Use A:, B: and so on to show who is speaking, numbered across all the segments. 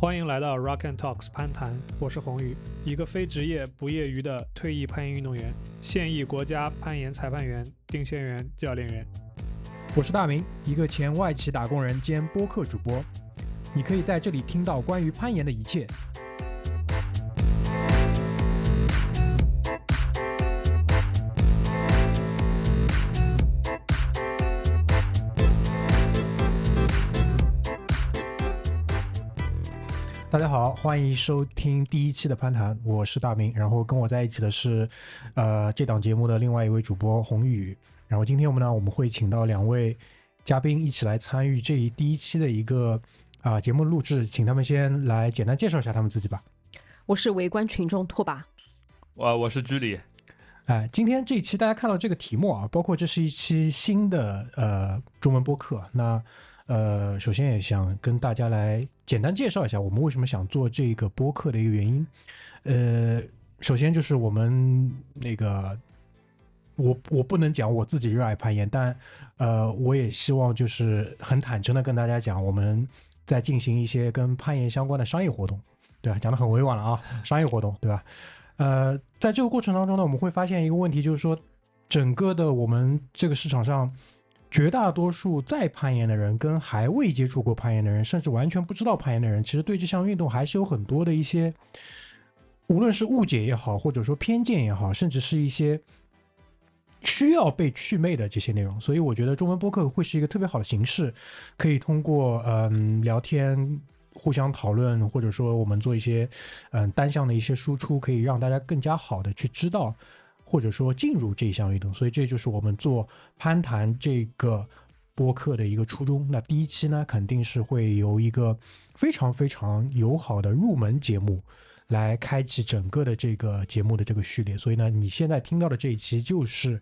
A: 欢迎来到 Rock and Talks 攀谈，我是红宇，一个非职业不业余的退役攀岩运动员，现役国家攀岩裁判员、定线员、教练员。
B: 我是大明，一个前外企打工人兼播客主播。你可以在这里听到关于攀岩的一切。大家好，欢迎收听第一期的攀谈，我是大明。然后跟我在一起的是，呃，这档节目的另外一位主播洪宇。然后今天我们呢，我们会请到两位嘉宾一起来参与这一第一期的一个啊、节目录制，请他们先来简单介绍一下他们自己吧。
C: 我是围观群众拓跋，
D: 我我是居里，
B: 哎，今天这一期大家看到这个题目啊，包括这是一期新的呃中文播客。那呃，首先也想跟大家来简单介绍一下我们为什么想做这个播客的一个原因。呃，首先就是我们那个，我我不能讲我自己热爱攀岩，但呃，我也希望就是很坦诚的跟大家讲，我们在进行一些跟攀岩相关的商业活动，对吧？讲的很委婉了啊，商业活动，对吧？呃，在这个过程当中呢，我们会发现一个问题，就是说，整个的我们这个市场上，绝大多数在攀岩的人，跟还未接触过攀岩的人，甚至完全不知道攀岩的人，其实对这项运动还是有很多的一些，无论是误解也好，或者说偏见也好，甚至是一些需要被祛魅的这些内容。所以，我觉得中文播客会是一个特别好的形式，可以通过嗯聊天。互相讨论，或者说我们做一些嗯、单向的一些输出，可以让大家更加好的去知道，或者说进入这一项运动。所以这就是我们做攀谈这个播客的一个初衷。那第一期呢，肯定是会由一个非常非常友好的入门节目。来开启整个的这个节目的这个序列，所以呢，你现在听到的这一期就是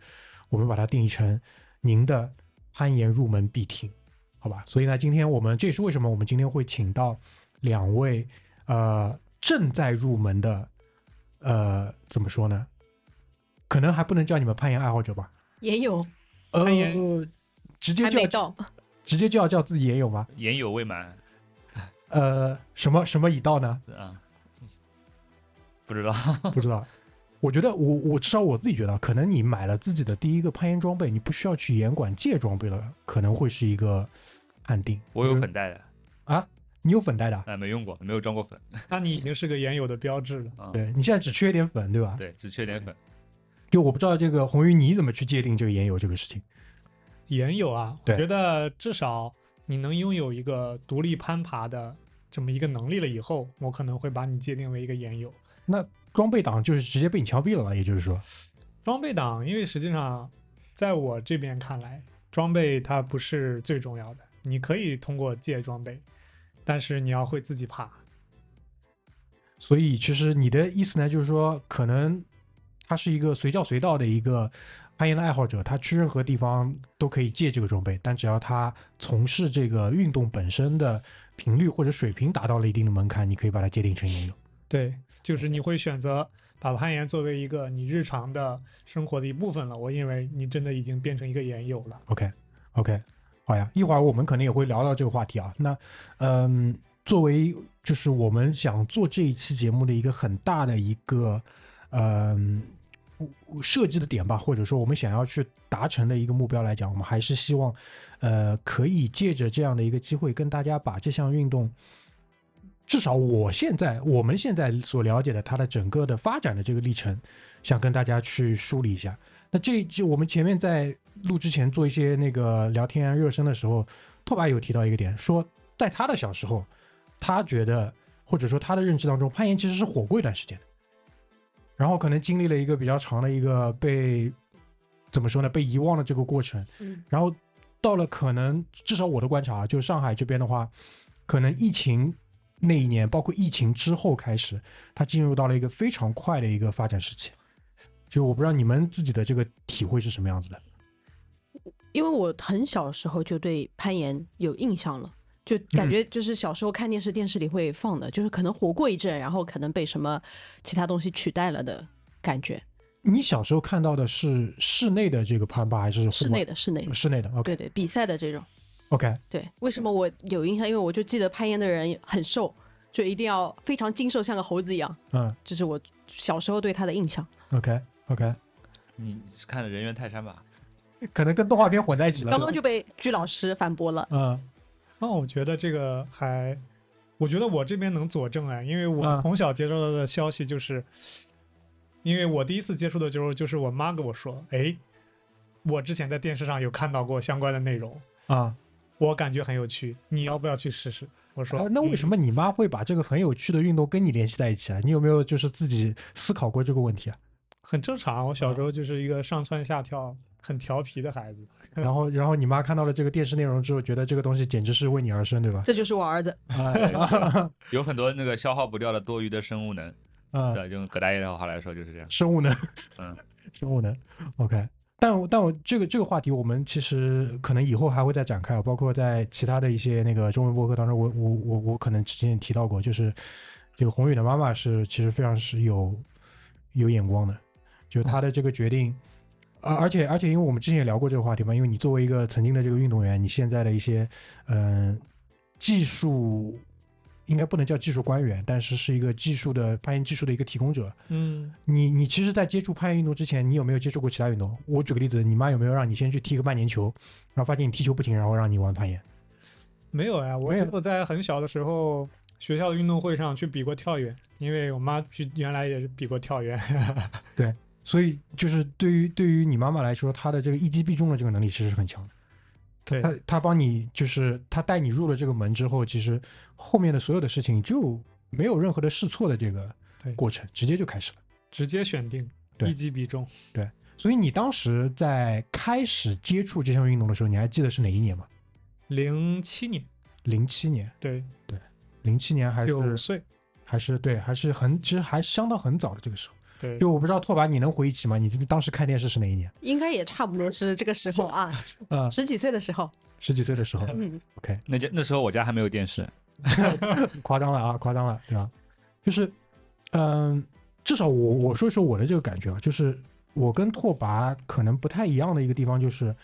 B: 我们把它定义成您的攀岩入门必听，好吧？所以呢，今天我们这也是为什么我们今天会请到两位呃正在入门的呃怎么说呢？可能还不能叫你们攀岩爱好者吧？
C: 也有
B: 呃
A: 攀岩，
B: 直接
C: 还没
B: 叫
C: 到，
B: 直接就要叫自己也有吗？
D: 言有未满
B: 呃，什么什么已到 呢？
D: 啊，不知道
B: 不知道。我觉得我我至少我自己觉得，可能你买了自己的第一个攀岩装备，你不需要去严管借装备了，可能会是一个判定。
D: 我有
B: 就是
D: 粉带的，
B: 你有粉带的啊，
D: 但没用过，没有装过粉
A: 那你已经是个研友的标志了。
D: 啊。
B: 对你现在只缺一点粉，对吧？
D: 对，只缺点粉，
B: 就我不知道这个红鱼你怎么去界定这个岩油这个事情。
A: 研友啊，我
B: 对
A: 觉得至少你能拥有一个独立攀爬的这么一个能力了以后，我可能会把你界定为一个研友。
B: 装备党就是直接被你枪毙了吧？也就是说，
A: 装备党，因为实际上在我这边看来，装备它不是最重要的，你可以通过借装备，但是你要会自己爬。
B: 所以其实你的意思呢，就是说可能他是一个随叫随到的一个攀岩的爱好者，他去任何地方都可以借这个装备，但只要他从事这个运动本身的频率或者水平达到了一定的门槛，你可以把它界定成岩友。
A: 对，就是你会选择把攀岩作为一个你日常的生活的一部分了。我认为你真的已经变成一个岩友了。
B: OK OK，好呀，一会儿我们可能也会聊到这个话题啊。那嗯，作为就是我们想做这一期节目的一个很大的一个嗯设计的点吧，或者说我们想要去达成的一个目标来讲，我们还是希望呃可以借着这样的一个机会，跟大家把这项运动。至少我现在，我们现在所了解的它的整个的发展的这个历程，想跟大家去梳理一下。那这一期我们前面在录之前做一些那个聊天啊热身的时候，拓跋有提到一个点，说在他的小时候，他觉得或者说他的认知当中，攀岩其实是火过一段时间的，然后可能经历了一个比较长的一个被怎么说呢，被遗忘的这个过程，
C: 嗯，
B: 然后到了可能至少我的观察啊，就上海这边的话，可能疫情那一年，包括疫情之后开始，它进入到了一个非常快的一个发展时期。就我不知道你们自己的这个体会是什么样子的。
C: 因为我很小时候就对攀岩有印象了。就感
B: 嗯
C: 觉就是小时候看电视，电视里会放的，就是可能火过一阵，然后可能被什么其他东西取代了的感觉。
B: 你小时候看到的是室内的这个攀爬嗯还是户外
C: 室内？的，室内的，
B: 室内的，OK
C: 对对，比赛的这种。
B: OK，
C: 对，为什么我有印象？因为我就记得攀岩的人很瘦，就一定要非常精瘦，像个猴子一样。
B: 嗯
C: 这是我小时候对他的印象。
B: ，OK OK，嗯
D: 你是看了《人猿泰山》 吧？
B: 可能跟动画片混在一起了。
C: 刚刚就被鞠老师反驳了。
B: 嗯
A: 那我觉得这个还，我觉得我这边能佐证哎，因为我
B: 啊
A: 从小接收到的消息就是，因为我第一次接触的时候，就是我妈跟我说，哎，我之前在电视上有看到过相关的内容，
B: 啊，
A: 我感觉很有趣，你要不要去试试？我说，嗯
B: 啊那为什么你妈会把这个很有趣的运动跟你联系在一起啊？你有没有就是自己思考过这个问题啊？
A: 很正常，啊我
B: 啊
A: 小时候就是一个上蹿下跳、很调皮的孩子。
B: 然后然后你妈看到了这个电视内容之后，觉得这个东西简直是为你而生，对 吧？
C: 这就是我儿子，
B: 啊
D: 对有很多那个消耗不掉的多余的生物能，
B: 啊，
D: 对，用葛大爷的话来说就是这样。
B: 生物能，
D: 嗯，
B: 生物能，OK。但我但我这个这个话题，我们其实可能以后还会再展开啊，包括在其他的一些那个中文播客当中，我我我我可能之前也提到过，就是这个宏宇的妈妈是其实非常是有有眼光的，就是她的这个决定，而、而且而且因为我们之前也聊过这个话题嘛，因为你作为一个曾经的这个运动员，你现在的一些嗯、技术应该不能叫技术官员，但是是一个技术的攀岩技术的一个提供者，
A: 嗯，
B: 你你其实，在接触攀岩运动之前，你有没有接触过其他运动？我举个例子，你妈有没有让你先去踢个半年球，然后发现你踢球不行，然后让你玩攀岩？
A: 没有呀，我
B: 没有
A: 只有在很小的时候，学校的运动会上去比过跳远，因为我妈去原来也是比过跳 远。
B: 所以就是对于对于你妈妈来说，她的这个一击必中的这个能力其实是很强的。
A: 对
B: 她她帮你就是她带你入了这个门之后，其实后面的所有的事情就没有任何的试错的这个
A: 对
B: 过程，直接就开始了。
A: 直接选定，
B: 对
A: 一击必中。
B: 所以你当时在开始接触这项运动的时候，你还记得是哪一年吗？
A: 零七年，
B: 零七年，
A: 对，
B: 零七年还是
A: 九岁，
B: 还是对，还是很，其实还相当很早的这个时候。
A: 对，
B: 就我不知道拓跋你能回忆起吗？你当时看电视是哪一年？
C: 应该也差不多是这个时候啊，
B: 啊，
C: 十几岁的时候。
B: 十几岁的时候
C: 嗯，
B: ，OK，
D: 那家那时候我家还没有电视，
B: 夸张了啊，夸张了，对吧？就是，嗯、至少我我说一说我的这个感觉啊，就是我跟拓跋可能不太一样的一个地方就是，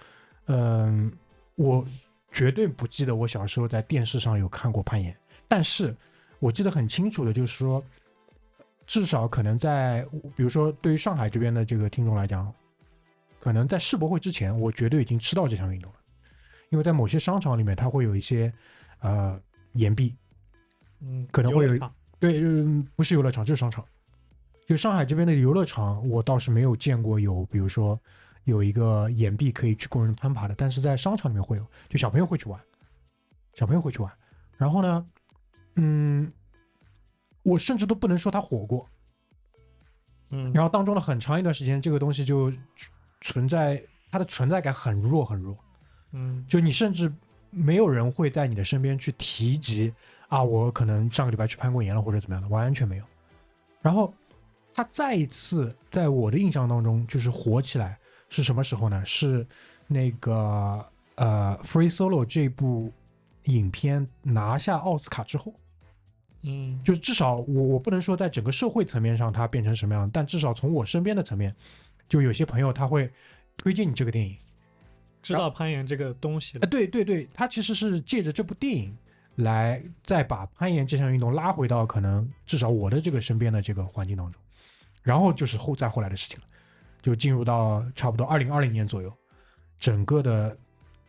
B: 嗯、我绝对不记得我小时候在电视上有看过攀岩，但是我记得很清楚的就是说，至少可能在比如说对于上海这边的这个听众来讲，可能在世博会之前，我绝对已经吃到这项运动了，因为在某些商场里面它会有一些呃岩壁，
A: 嗯，
B: 可能会有
A: 游乐场
B: 对，嗯，不是游乐场，就是商场。就上海这边的游乐场，我倒是没有见过有，比如说有一个岩壁可以去供人攀爬的，但是在商场里面会有，就小朋友会去玩，小朋友会去玩。然后呢，嗯，我甚至都不能说它火过，
A: 嗯，
B: 然后当中的很长一段时间，这个东西就存在，它的存在感很弱很弱。
A: 嗯，
B: 就你甚至没有人会在你的身边去提及啊，我可能上个礼拜去攀过岩了或者怎么样的，完全没有。然后他再一次在我的印象当中就是火起来是什么时候呢？是那个呃《Free Solo》这部影片拿下奥斯卡之后，
A: 嗯，
B: 就是至少我我不能说在整个社会层面上它变成什么样，但至少从我身边的层面，就有些朋友他会推荐你这个电影。
A: 知道攀岩这个东西
B: 啊，
A: 了。
B: 对对对，他其实是借着这部电影来再把攀岩这项运动拉回到可能至少我的这个身边的这个环境当中，然后就是后再后来的事情了，就进入到差不多二零二零年左右，整个的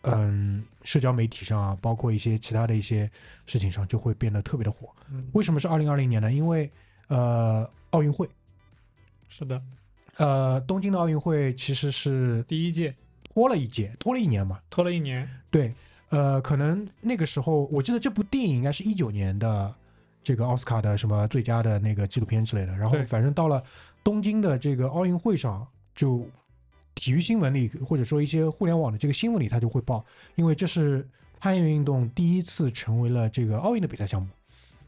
B: 嗯社交媒体上啊，包括一些其他的一些事情上就会变得特别的火。
A: 嗯，
B: 为什么是二零二零年呢？因为呃奥运会，
A: 是的，
B: 呃东京的奥运会其实是
A: 第一届
B: 拖了一届，拖了一年嘛，
A: 拖了一年，
B: 对，呃，可能那个时候，我记得这部电影应该是一九年的这个奥斯卡的什么最佳的那个纪录片之类的。然后
A: 对
B: 反正到了东京的这个奥运会上，就体育新闻里或者说一些互联网的这个新闻里，它就会报，因为这是攀岩运动第一次成为了这个奥运的比赛项目，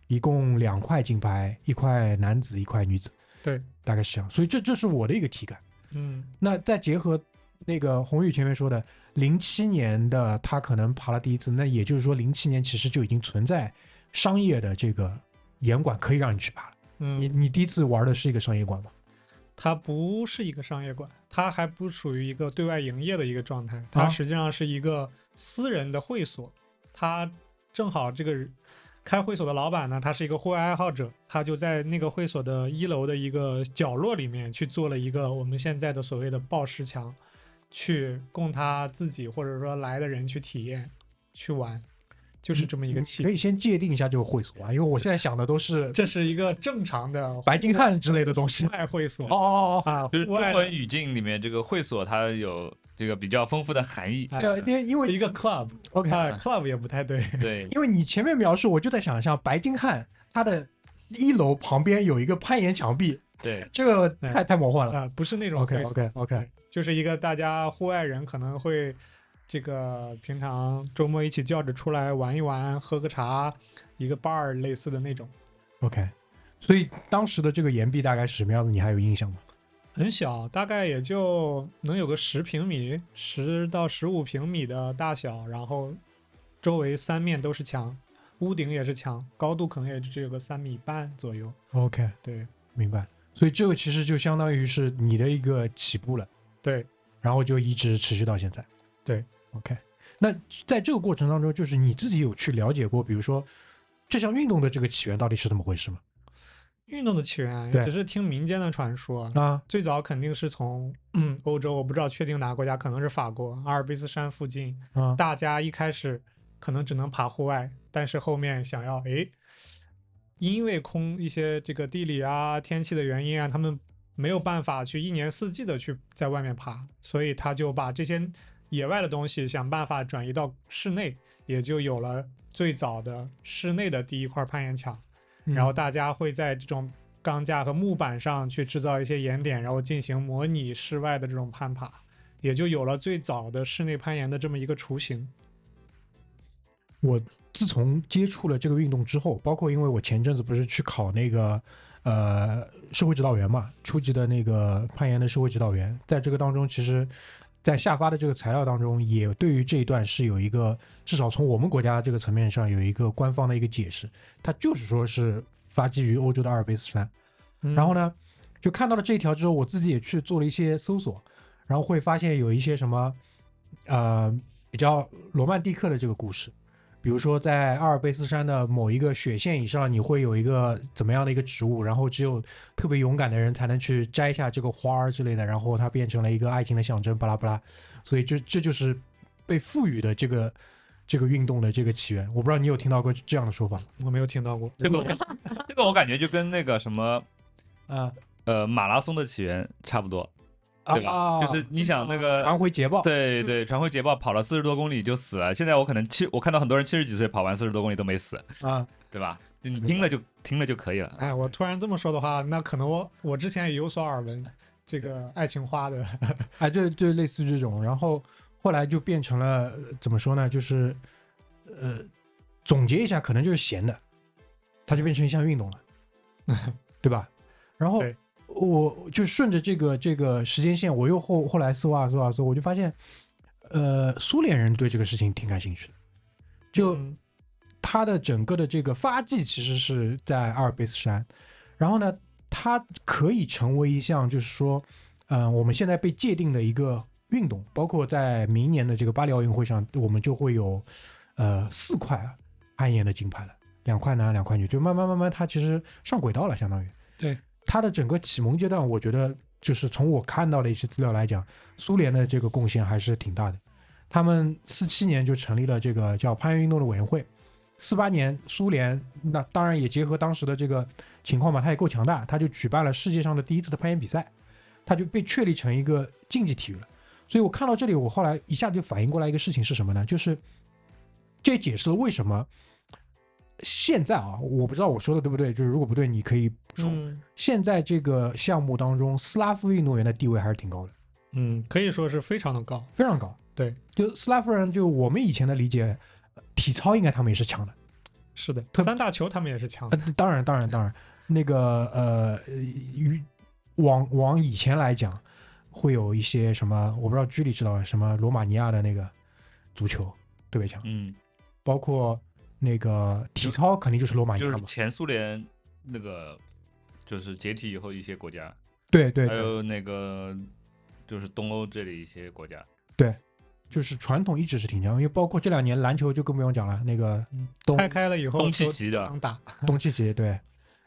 B: 一共两块金牌，一块男子，一块女子，
A: 对，
B: 大概是这样。所以这这是我的一个体感。
A: 嗯，
B: 那再结合那个宏宇前面说的，零七年的他可能爬了第一次，那也就是说零七年其实就已经存在商业的这个岩馆可以让你去爬了。你
A: 嗯，
B: 你第一次玩的是一个商业馆吗？
A: 它不是一个商业馆，它还不属于一个对外营业的一个状态，它
B: 啊
A: 实际上是一个私人的会所，它正好这个开会所的老板呢，他是一个户外爱好者，他就在那个会所的一楼的一个角落里面去做了一个我们现在的所谓的抱石墙，去供他自己或者说来的人去体验、去玩，就是这么一个气
B: 嗯可以
A: 氛。
B: 先界定一下这个会所啊，因为我现在想的都是
A: 这是一个正常的
B: 白金汉之类的东 西。
A: 户外会所
B: 哦哦
A: 啊，
D: 就是
A: 户
D: 中
A: 外
D: 文语境里面这个会所它有这个比较丰富的含义。
B: 哦，对啊，因为因
A: 一
B: 为
A: 个 club
B: OK，
A: 啊，club 也不太对，
D: 对，
B: 因为你前面描述，我就在想象白金汉他的一楼旁边有一个攀岩墙壁，
D: 对，
B: 这个太太魔幻了。
A: 啊，不是那种
B: OK
A: 会所
B: OK OK，
A: 对就是一个大家户外人可能会这个平常周末一起叫着出来玩一玩，喝个茶，一个 bar 类似的那种，
B: OK，所以当时的这个岩壁大概是什么样的？你还有印象吗？
A: 很小，大概也就能有个十平米，十到十五平米的大小，然后周围三面都是墙，屋顶也是墙，高度可能也只有个三米半左右。
B: OK，
A: 对
B: 明白。所以这个其实就相当于是你的一个起步了，
A: 对，
B: 然后就一直持续到现在。
A: 对
B: ，OK。那在这个过程当中，就是你自己有去了解过，比如说这项运动的这个起源到底是怎么回事吗？
A: 运动的起源啊
B: 对
A: 也只是听民间的传说，
B: 啊
A: 最早肯定是从、嗯、欧洲，我不知道确定哪个国家，可能是法国阿尔卑斯山附近，
B: 啊
A: 大家一开始可能只能爬户外，但是后面想要诶，因为空一些这个地理啊、天气的原因啊，他们没有办法去一年四季的去在外面爬，所以他就把这些野外的东西想办法转移到室内，也就有了最早的室内的第一块攀岩墙。
B: 嗯
A: 然后大家会在这种钢架和木板上去制造一些岩点，然后进行模拟室外的这种攀爬，也就有了最早的室内攀岩的这么一个雏形。
B: 我自从接触了这个运动之后，包括因为我前阵子不是去考那个呃社会指导员嘛，初级的那个攀岩的社会指导员，在这个当中，其实，在下发的这个材料当中，也对于这一段是有一个至少从我们国家这个层面上有一个官方的一个解释，它就是说是发基于欧洲的阿尔卑斯山，
A: 嗯
B: 然后呢，就看到了这一条之后，我自己也去做了一些搜索，然后会发现有一些什么，呃，比较罗曼蒂克的这个故事，比如说在阿尔卑斯山的某一个雪线以上，你会有一个怎么样的一个植物，然后只有特别勇敢的人才能去摘下这个花儿之类的，然后它变成了一个爱情的象征，巴拉巴拉，所以这这就是被赋予的这个。这个运动的这个起源，我不知道你有听到过这样的说法吗？
A: 我没有听到过，
D: 这个我这个我感觉就跟那个什么
B: 啊
D: 呃马拉松的起源差不多，对吧？
B: 啊，
D: 就是你想那个
B: 安徽捷豹，
D: 对
B: 嗯
D: 对，传回捷豹跑了四十多公里就死了。现在我可能七，我看到很多人七十几岁跑完四十多公里都没死，
B: 啊，
D: 对吧？就你听了就听了就可以了。
A: 哎，我突然这么说的话，那可能我我之前也有所耳闻，这个爱情花的，
B: 哎，对对，类似于这种，然后后来就变成了呃怎么说呢？就是呃，总结一下，可能就是闲的，它就变成一项运动了， 对吧？然后
A: 对
B: 我就顺着这个这个时间线，我又后后来搜啊搜啊搜，我就发现，呃，苏联人对这个事情挺感兴趣的，就
A: 嗯
B: 它的整个的这个发迹其实是在阿尔卑斯山，然后呢，它可以成为一项就是说，嗯、我们现在被界定的一个运动，包括在明年的这个巴黎奥运会上，我们就会有呃四块攀岩的金牌了，两块男，两块女，就慢慢慢慢，它其实上轨道了，相当于。
A: 对
B: 它的整个启蒙阶段，我觉得就是从我看到的一些资料来讲，苏联的这个贡献还是挺大的。他们四七年就成立了这个叫攀岩运动的委员会，四八年苏联那当然也结合当时的这个情况嘛，它也够强大，它就举办了世界上的第一次的攀岩比赛，它就被确立成一个竞技体育了。所以我看到这里，我后来一下就反应过来一个事情是什么呢？就是这也解释了为什么现在啊，我不知道我说的对不对，就是如果不对，你可以补充。
A: 嗯
B: 现在这个项目当中，斯拉夫运动员的地位还是挺高的，
A: 嗯，可以说是非常的高，
B: 非常高。
A: 对，
B: 就斯拉夫人，就我们以前的理解，呃体操应该他们也是强的。
A: 是的，
B: 特
A: 三大球他们也是强
B: 呃，当然，当然，当然，那个呃，与往往以前来讲，会有一些什么，我不知道居里知道吧什么罗马尼亚的那个足球特别强，
D: 嗯，
B: 包括那个体操肯定就是罗马尼
D: 就
B: 亚
D: 是
B: 嘛。
D: 前苏联那个就是解体以后一些国家，
B: 对对
D: 还
B: 对
D: 有那个就是东欧这里一些国家，
B: 就是传统一直是挺强，因为包括这两年篮球就更不用讲了，那个东啊
A: 开开了以后
D: 东契
A: 球
D: 奇的
A: 场打，
B: 东契奇，对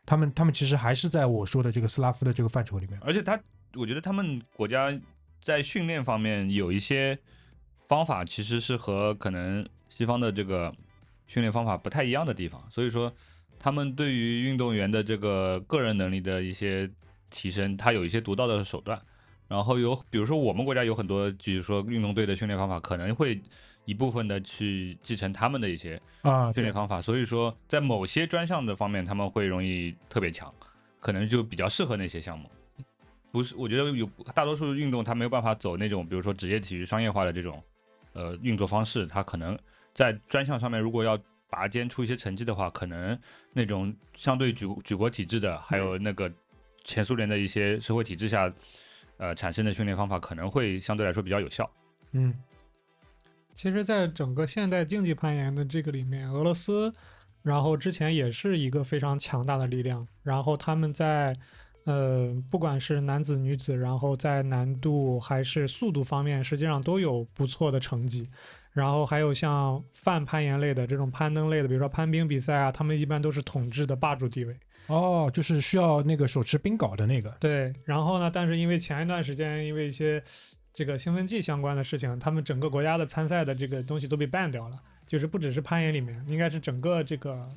B: 他们，他们其实还是在我说的这个斯拉夫的这个范畴里面。
D: 而且他，我觉得他们国家在训练方面有一些方法，其实是和可能西方的这个训练方法不太一样的地方。所以说，他们对于运动员的这个个人能力的一些提升，他有一些独到的手段。然后有，比如说我们国家有很多，比如说运动队的训练方法，可能会一部分的去继承他们的一些
B: 啊，
D: 训
B: 对
D: 练方法，所以说在某些专项的方面，他们会容易特别强，可能就比较适合那些项目。不是，我觉得有大多数运动，它没有办法走那种，比如说职业体育商业化的这种，呃，运作方式。它可能在专项上面，如果要拔尖出一些成绩的话，可能那种相对举举国体制的，还有那个前苏联的一些社会体制下，呃，产生的训练方法可能会相对来说比较有效。
B: 嗯，
A: 其实，在整个现代竞技攀岩的这个里面，俄罗斯，然后之前也是一个非常强大的力量。然后他们在，呃，不管是男子、女子，然后在难度还是速度方面，实际上都有不错的成绩。然后还有像泛攀岩类的这种攀登类的，比如说攀冰比赛啊，他们一般都是统治的霸主地位。
B: 哦，就是需要那个手持冰镐的那个，
A: 对，然后呢，但是因为前一段时间因为一些这个兴奋剂相关的事情，他们整个国家的参赛的这个东西都被 ban 掉了，就是不只是攀岩里面，应该是整个这个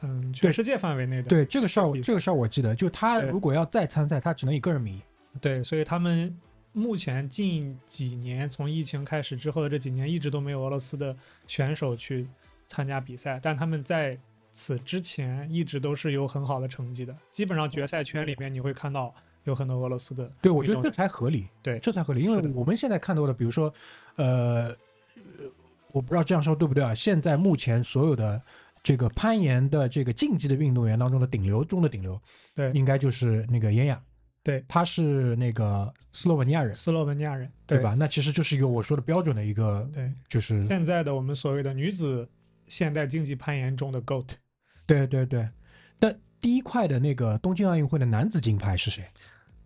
A: 嗯全
B: 对
A: 世界范围内的
B: 对这个事儿我，
A: 比赛
B: 这个事儿我记得，就他
A: 对
B: 如果要再参赛，他只能以个人名义。
A: 对所以他们目前近几年从疫情开始之后的这几年，一直都没有俄罗斯的选手去参加比赛，但他们在此之前一直都是有很好的成绩的，基本上决赛圈里面你会看到有很多俄罗斯的
B: 对，我觉
A: 运动
B: 得这才合理，
A: 对
B: 这才合理，因为
A: 是的
B: 我们现在看到的，比如说，呃，我不知道这样说对不对啊？现在目前所有的这个攀岩的这个竞技的运动员当中的顶流中的顶流，
A: 对
B: 应该就是那个炎亚，
A: 对
B: 他是那个斯洛文尼亚人，
A: 斯洛文尼亚人，
B: 对
A: 对？
B: 吧？那其实就是一个我说的标准的一个，
A: 对。
B: 就是
A: 现在的我们所谓的女子现代竞技攀岩中的 GOAT，
B: 对对对。但第一块的那个东京奥运会的男子金牌是谁？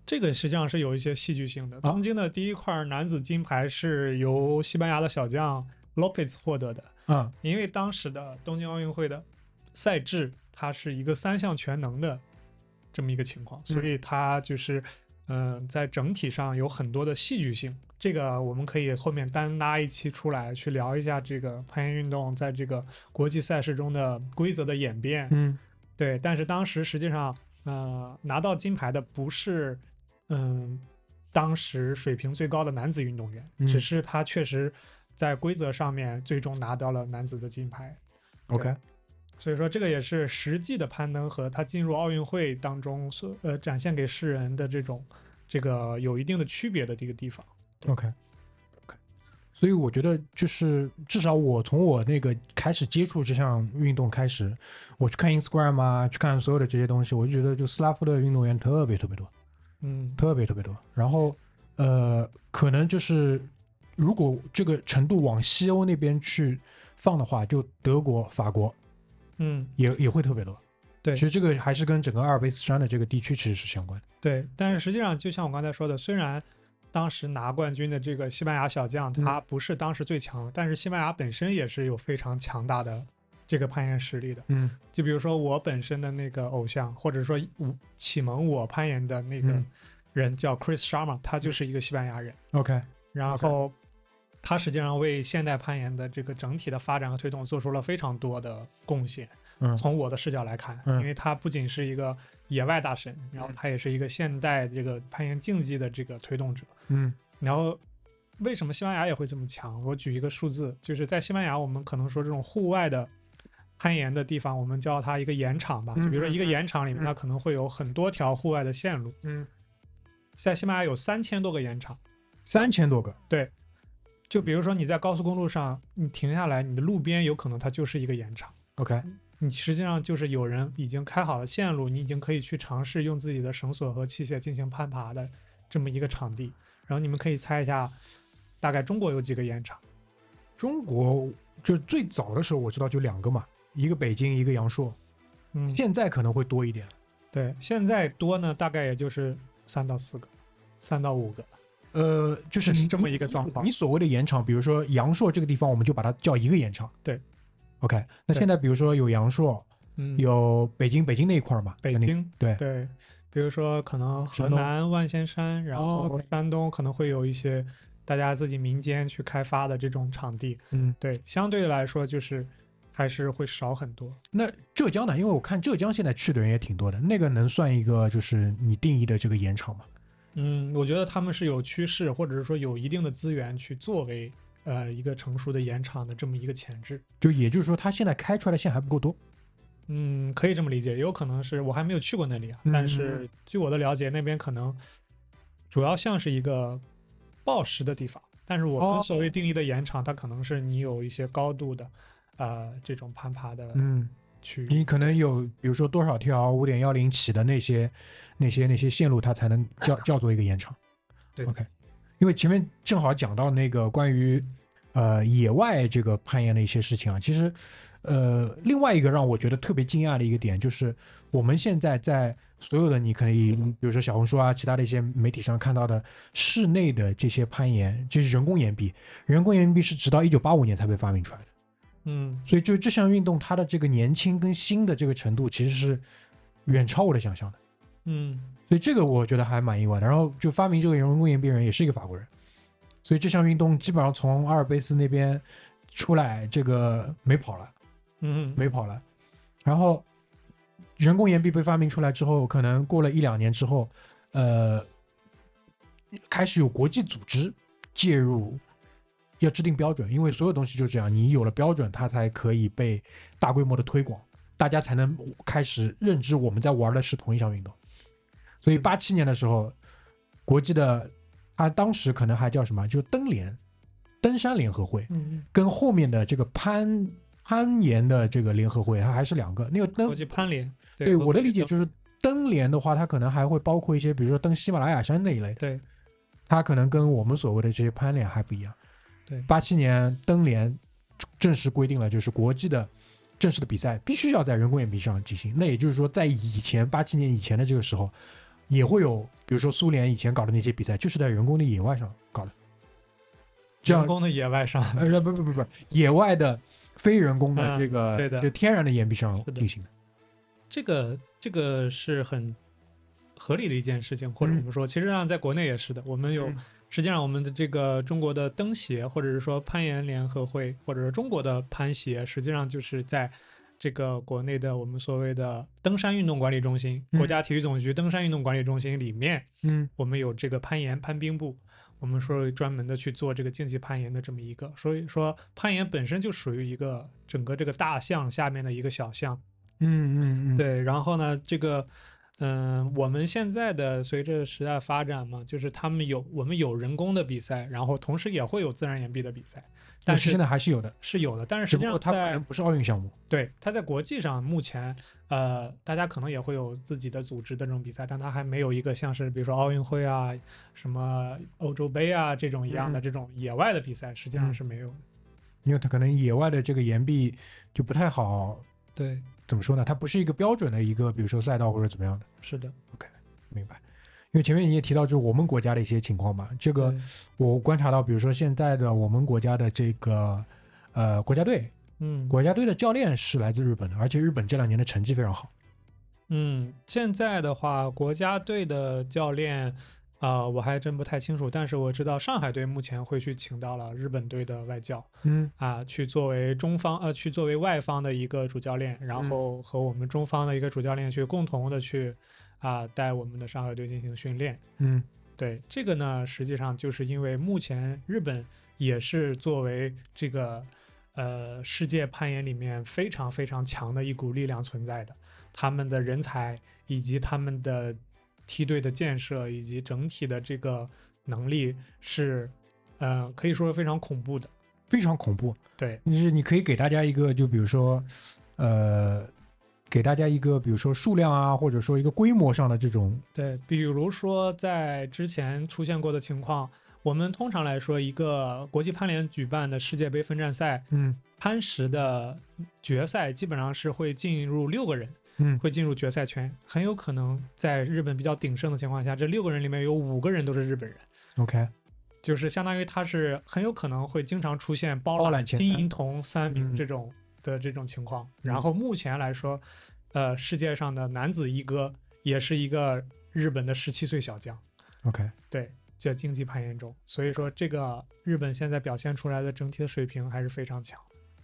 A: 这个实际上是有一些戏剧性的。
B: 啊
A: 东京的第一块男子金牌是由西班牙的小将 Lopez 获得的，
B: 啊、
A: 因为当时的东京奥运会的赛制，它是一个三项全能的这么一个情况，所以它就是，嗯、在整体上有很多的戏剧性。这个我们可以后面单拉一期出来去聊一下这个攀岩运动在这个国际赛事中的规则的演变，
B: 嗯，
A: 对，但是当时实际上，呃，拿到金牌的不是，嗯，当时水平最高的男子运动员，
B: 嗯
A: 只是他确实在规则上面最终拿到了男子的金牌。
B: OK，
A: 所以说，这个也是实际的攀登和他进入奥运会当中所呃展现给世人的这种这个有一定的区别的这个地方。
B: OK，OK，、所以我觉得就是至少我从我那个开始接触这项运动开始，我去看 Instagram 啊，去看所有的这些东西，我就觉得就斯拉夫的运动员特别特别多，
A: 嗯，
B: 特别特别多。然后呃，可能就是如果这个程度往西欧那边去放的话，就德国、法国
A: 嗯，
B: 也也会特别多。
A: 对
B: 其实这个还是跟整个阿尔卑斯山的这个地区其实是相关的。
A: 对，但是实际上，就像我刚才说的，虽然当时拿冠军的这个西班牙小将，
B: 嗯
A: 他不是当时最强，但是西班牙本身也是有非常强大的这个攀岩实力的。
B: 嗯
A: 就比如说我本身的那个偶像，或者说我启蒙我攀岩的那个
B: 嗯
A: 人叫 Chris Sharma，他就是一个西班牙人，
B: ，OK，
A: 然
B: OK
A: 后他实际上为现代攀岩的这个整体的发展和推动做出了非常多的贡献。
B: 嗯
A: 从我的视角来看，
B: 嗯
A: 因为他不仅是一个野外大神，然后他也是一个现代这个攀岩竞技的这个推动者。
B: 嗯
A: 然后，为什么西班牙也会这么强？我举一个数字，就是在西班牙，我们可能说这种户外的攀岩的地方，我们叫它一个岩场吧。就
B: 嗯
A: 比如说一个
B: 嗯嗯
A: 岩场里面，它可能会有很多条户外的线路。
B: 嗯，
A: 在西班牙有三千多个岩场。
B: 三千多个，
A: 就比如说你在高速公路上，你停下来，你的路边有可能它就是一个岩场。
B: OK，
A: 你实际上就是有人已经开好了线路，你已经可以去尝试用自己的绳索和器械进行攀爬的这么一个场地。然后你们可以猜一下，大概中国有几个岩场？
B: 中国就是最早的时候我知道就两个嘛，一个北京，一个阳朔，
A: 嗯，
B: 现在可能会多一点。
A: 对，现在多呢，大概也就是三到四个，三到五个。
B: 呃，就是
A: 是
B: 你
A: 这么一个状况
B: 你所谓的盐场，比如说阳朔这个地方，我们就把它叫一个盐场。
A: 对
B: ，OK。那
A: 对
B: 现在比如说有阳朔，
A: 嗯，
B: 有北京，北京那一块儿嘛，
A: 北
B: 在那
A: 京
B: 对
A: 对，比如说可能河
B: 山东
A: 南万仙山，然
B: 哦
A: 后
B: ，OK
A: 山东可能会有一些大家自己民间去开发的这种场地，
B: 嗯，
A: 对，相对来说就是还是会少很多。
B: 那浙江呢？因为我看浙江现在去的人也挺多的，那个能算一个就是你定义的这个盐场吗？
A: 嗯，我觉得他们是有趋势，或者是说有一定的资源去作为呃一个成熟的盐场的这么一个潜质。
B: 就也就是说，它现在开出来的线还不够多。
A: 嗯，可以这么理解，也有可能是我还没有去过那里啊，但
B: 嗯
A: 是据我的了解，那边可能主要像是一个暴食的地方，但是我
B: 哦
A: 们所谓定义的盐场，它可能是你有一些高度的，呃，这种攀爬的
B: 嗯，
A: 区域。
B: 你可能有比如说多少条五点幺零起的那些、那些、那些线路，它才能叫叫做一个盐场。
A: 对的
B: OK，因为前面正好讲到那个关于呃野外这个攀岩的一些事情啊，其实呃另外一个让我觉得特别惊讶的一个点就是，我们现在在所有的你可以比如说小红书啊，其他的一些媒体上看到的室内的这些攀岩，这是人工岩壁，人工岩壁是直到一九八五年才被发明出来的。
A: 嗯，
B: 所以就这项运动，它的这个年轻跟新的这个程度，其实是远超我的想象的。
A: 嗯，
B: 所以这个我觉得还蛮意外的。然后就发明这个人工岩壁人也是一个法国人，所以这项运动基本上从阿尔卑斯那边出来，这个没跑了，
A: 嗯，
B: 没跑了。然后人工岩壁被发明出来之后，可能过了一两年之后，呃，开始有国际组织介入，要制定标准，因为所有东西就这样，你有了标准，它才可以被大规模的推广，大家才能开始认知我们在玩的是同一项运动。所以八七年的时候，国际的，它当时可能还叫什么，就登联，登山联合会，
A: 嗯，
B: 跟后面的这个攀攀岩的这个联合会，它还是两个。那个
A: 国
B: 登，
A: 际攀联，
B: 嗯对我的理解
A: 是，
B: 就是登联的话，它可能还会包括一些，比如说登喜马拉雅山那一类的，
A: 对，
B: 它可能跟我们所谓的这些攀联还不一样。
A: 对
B: 八七年登联正式规定了，就是国际的正式的比赛必须要在人工岩壁上进行。那也就是说，在以前八七年以前的这个时候，也会有，比如说苏联以前搞的那些比赛，就是在人工的野外上搞的。这样
A: 人工的野外上，
B: 呃，不不不不，野外的非人工的
A: 嗯
B: 这个、
A: 对的
B: 就天然的岩壁上
A: 是的
B: 进行的。
A: 这个这个是很合理的一件事情，或者
B: 嗯
A: 我们说，其实上在国内也是的，我们有、
B: 嗯
A: 实际上我们的这个中国的登协，或者是说攀岩联合会，或者是中国的攀协，实际上就是在。这个国内的我们所谓的登山运动管理中心，
B: 嗯
A: 国家体育总局登山运动管理中心里面，
B: 嗯，
A: 我们有这个攀岩攀冰部，我们说专门的去做这个竞技攀岩的这么一个，所以说攀岩本身就属于一个整个这个大项下面的一个小项。
B: 嗯嗯嗯，
A: 对，然后呢，这个，嗯、我们现在的随着时代发展嘛，就是他们有我们有人工的比赛，然后同时也会有自然岩壁的比赛，但
B: 是
A: 是
B: 现在还是有的，
A: 是有的，但是
B: 只
A: 实
B: 不
A: 际
B: 过
A: 上
B: 它可
A: 在
B: 能不是奥运项目。
A: 对它在国际上目前，呃，大家可能也会有自己的组织的这种比赛，但它还没有一个像是比如说奥运会啊、什么欧洲杯啊这种一样的
B: 嗯
A: 这种野外的比赛，实际
B: 嗯
A: 上是没有的。
B: 因为它可能野外的这个岩壁就不太好，
A: 对，
B: 怎么说呢？它不是一个标准的一个，比如说赛道或者怎么样的，
A: 是的，
B: 明白？因为前面你也提到，就是我们国家的一些情况嘛。这个
A: 对
B: 我观察到，比如说现在的我们国家的这个呃国家队，
A: 嗯，
B: 国家队的教练是来自日本的，而且日本这两年的成绩非常好。
A: 嗯，现在的话，国家队的教练，啊、我还真不太清楚，但是我知道上海队目前会去请到了日本队的外教
B: 嗯
A: 啊，去作为中方呃，去作为外方的一个主教练，然
B: 嗯
A: 后和我们中方的一个主教练去共同的去啊、带我们的上海队进行训练。
B: 嗯
A: 对这个呢，实际上就是因为目前日本也是作为这个呃世界攀岩里面非常非常强的一股力量存在的，他们的人才以及他们的梯队的建设以及整体的这个能力是，呃，可以说是非常恐怖的。
B: 非常恐怖。
A: 对，
B: 就是你可以给大家一个，就比如说，呃，给大家一个，比如说数量啊，或者说一个规模上的这种，
A: 对，比如说在之前出现过的情况，我们通常来说，一个国际攀联举办的世界杯分站赛，
B: 嗯
A: 攀石的决赛基本上是会进入六个人，
B: 嗯
A: 会进入决赛圈，很有可能在日本比较鼎盛的情况下，这六个人里面有五个人都是日本人。
B: ，OK，
A: 就是相当于它是很有可能会经常出现包
B: 包
A: 揽
B: 揽前
A: 金
B: 三
A: 银铜三名
B: 嗯
A: 这种的这种情况。
B: 嗯
A: 然后目前来说，呃，世界上的男子一哥也是一个日本的十七岁小将，
B: OK，
A: 对，叫竞技攀岩中。所以说，这个日本现在表现出来的整体的水平还是非常强。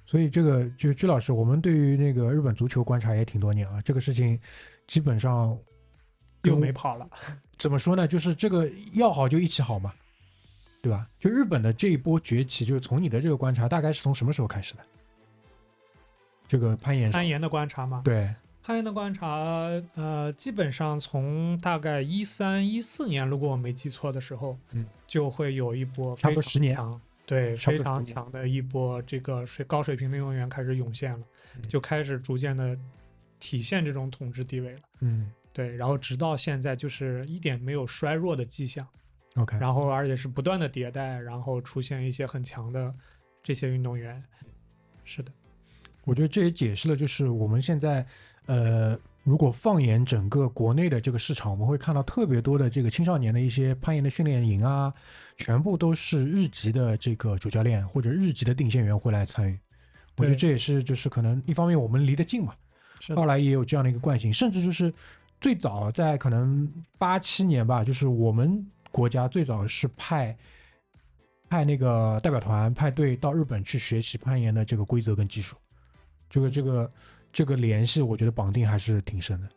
B: 所以这个就鞠老师，我们对于那个日本足球观察也挺多年啊，这个事情基本上
A: 又
B: 跟
A: 没跑了，
B: 怎么说呢？就是这个要好就一起好嘛，对吧？就日本的这一波崛起，就是从你的这个观察，大概是从什么时候开始的？这个攀岩上
A: 攀岩的观察嘛，
B: 对，
A: 攀岩的观察，呃，基本上从大概一三一四年，如果我没记错的时候，
B: 嗯
A: 就会有一波
B: 差
A: 非
B: 不多
A: 常
B: 10年
A: 强，对，
B: 差不
A: 非
B: 多10
A: 常
B: 年
A: 强的一波这个水高水平的运动员开始涌现了，
B: 嗯
A: 就开始逐渐的体现这种统治地位了。
B: 嗯
A: 对，然后直到现在就是一点没有衰弱的迹
B: 嗯
A: 象，
B: ，OK，
A: 然后而且是不断的迭代，然后出现一些很强的这些运动员。是的，
B: 我觉得这也解释了，就是我们现在，呃，如果放眼整个国内的这个市场，我们会看到特别多的这个青少年的一些攀岩的训练营啊，全部都是日籍的这个主教练或者日籍的定线员会来参与。我觉得
A: 对
B: 这也是就是可能一方面我们离得近嘛，
A: 是
B: 后来也有这样的一个惯性，甚至就是最早在可能八七年吧，就是我们国家最早是派派那个代表团派队到日本去学习攀岩的这个规则跟技术，这个这个这个联系，我觉得绑定还是挺深的。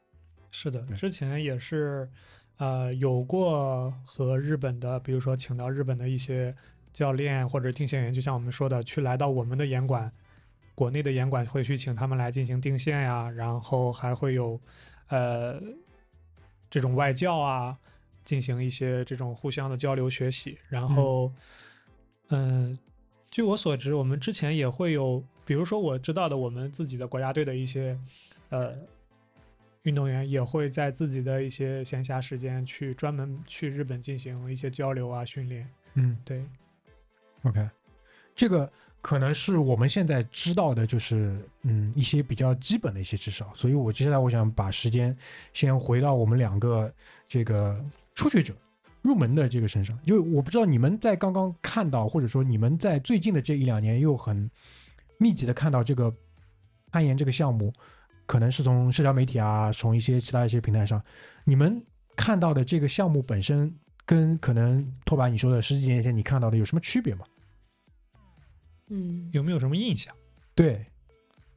A: 是的，
B: 对
A: 之前也是，呃，有过和日本的，比如说请到日本的一些教练或者定线员，就像我们说的，去来到我们的严管，国内的严管会去请他们来进行定线呀，然后还会有，呃，这种外教啊，进行一些这种互相的交流学习，然后，嗯、据我所知，我们之前也会有，比如说我知道的，我们自己的国家队的一些，呃，运动员也会在自己的一些闲暇时间去专门去日本进行一些交流啊、训练。
B: 嗯
A: 对，
B: ，OK，这个可能是我们现在知道的，就是嗯一些比较基本的一些知识啊。所以我接下来我想把时间先回到我们两个这个初学者入门的这个身上，就是我不知道你们在刚刚看到，或者说你们在最近的这一两年又很密集的看到这个攀岩这个项目，可能是从社交媒体啊，从一些其他一些平台上，你们看到的这个项目本身。跟可能拓跋你说的十几年前你看到的有什么区别吗？
C: 嗯，
A: 有没有什么印象？
B: 对，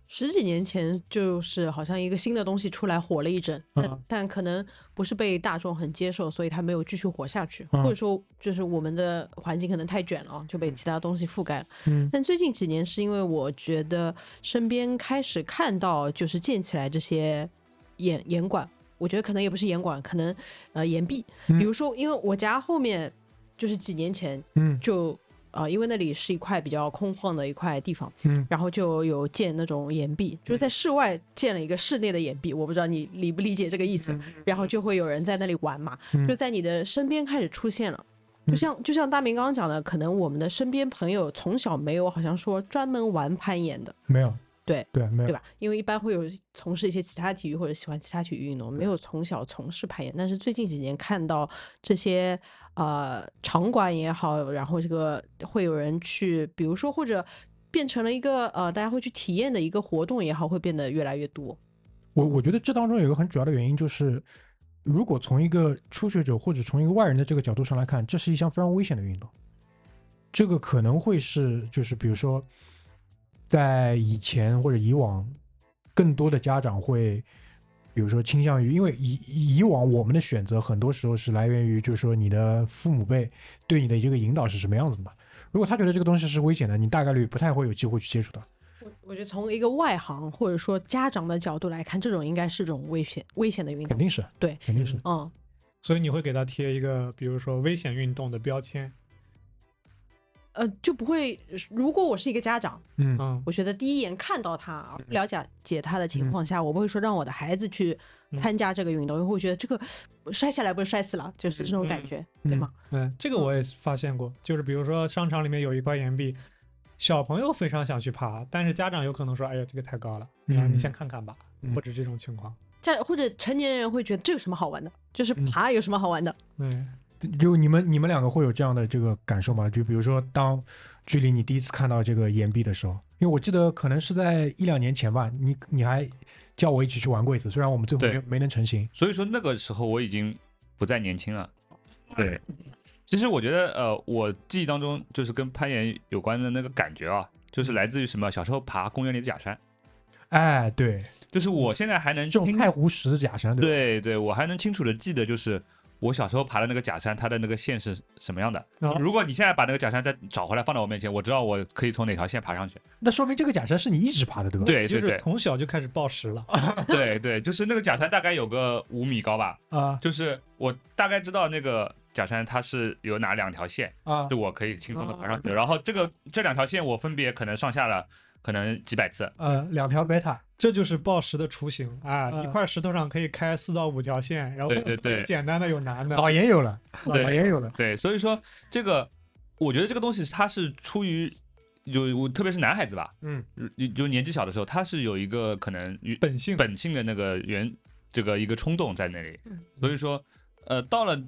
C: 十几年前就是好像一个新的东西出来火了一阵，但、
B: 嗯
C: 但可能不是被大众很接受，所以它没有继续火下去，
B: 嗯
C: 或者说就是我们的环境可能太卷了啊，就被其他东西覆盖了。
B: 嗯
C: 但最近几年是因为我觉得身边开始看到就是建起来这些岩岩馆，我觉得可能也不是岩馆，可能呃岩壁，
B: 嗯
C: 比如说因为我家后面就是几年前
B: 嗯
C: 就呃因为那里是一块比较空旷的一块地方，
B: 嗯，
C: 然后就有建那种岩壁，就是在室外建了一个室内的岩壁，我不知道你理不理解这个意思。然后就会有人在那里玩嘛，
B: 嗯
C: 就在你的身边开始出现了。
B: 嗯
C: 就像就像大明刚刚讲的，可能我们的身边朋友从小没有好像说专门玩攀岩的，
B: 没有，
C: 对
B: 对，没
C: 对
B: 有，
C: 吧？因为一般会有从事一些其他体育或者喜欢其他体育运动，没有从小从事攀岩。但是最近几年看到这些呃场馆也好，然后这个会有人去，比如说或者变成了一个呃大家会去体验的一个活动也好，会变得越来越多。
B: 我我觉得这当中有一个很主要的原因就是，如果从一个初学者或者从一个外人的这个角度上来看，这是一项非常危险的运动。这个可能会是就是比如说，在以前或者以往，更多的家长会，比如说倾向于，因为以以以往我们的选择很多时候是来源于就是说你的父母辈对你的这个引导是什么样子的嘛。如果他觉得这个东西是危险的，你大概率不太会有机会去接触它。
C: 我我觉得从一个外行或者说家长的角度来看，这种应该是种危险危险的运
B: 肯
C: 动。
B: 定是，
C: 对
B: 肯定是。
C: 嗯，
A: 所以你会给他贴一个，比如说危险运动的标 签。
C: 呃，就不会。如果我是一个家长，
B: 嗯
A: 嗯，
C: 我觉得第一眼看到他，了解解他的情况下，我不会说让我的孩子去参加这个运动，因为我觉得这个摔下来不是摔死了，就是这种感觉，对吗？
A: 嗯，这个我也发现过，就是比如说商场里面有一块岩壁，小朋友非常想去爬，但是家长有可能说：“哎呀，这个太高了，啊，
B: 嗯
A: 你先看看吧。”
B: 嗯
A: 或者这种情况。
C: 家或者成年人会觉得这有什么好玩的？就是爬有什么好玩的？
A: 嗯，
B: 就你们你们两个会有这样的这个感受吗？就比如说，当距离你第一次看到这个岩壁的时候，因为我记得可能是在一两年前吧，你你还叫我一起去玩过一次，虽然我们最后没有没能成行。
D: 所以说那个时候我已经不再年轻了。对，其实我觉得呃，我记忆当中就是跟攀岩有关的那个感觉啊，就是来自于什么？小时候爬公园里的假山，
B: 哎，对，
D: 就是我现在还能
B: 这种
D: 清
B: 太湖石假山，对吧？
D: 对对，我还能清楚的记得，就是我小时候爬的那个假山，它的那个线是什么样的
A: 哦。
D: 如果你现在把那个假山再找回来放到我面前，我知道我可以从哪条线爬上去。
B: 那说明这个假山是你一直爬的，对吧？，
D: 对
A: 就
D: 哎对
A: 是
D: 对
A: 从小就开始暴食 了
D: 对对，就是那个假山大概有个五米高吧，
A: 啊
D: 就是我大概知道那个假山它是有哪两条线，
B: 啊
D: 就我可以轻松的爬上去。然后这个这两条线我分别可能上下了可能几百次。
B: 呃，两条贝塔，
A: 这就是暴食的雏形啊！
B: 嗯
A: 一块石头上可以开四到五条线，然后
D: 对对对
A: 简单的有难的，
B: 老岩有了，老
D: 对
B: 岩有了。
D: 对，所以说这个，我觉得这个东西它是出于有，我特别是男孩子吧，
A: 嗯，
D: 就就年纪小的时候，他是有一个可能与
A: 本性
D: 本性的那个原这个一个冲动在那里
C: 嗯，
D: 所以说，呃，到了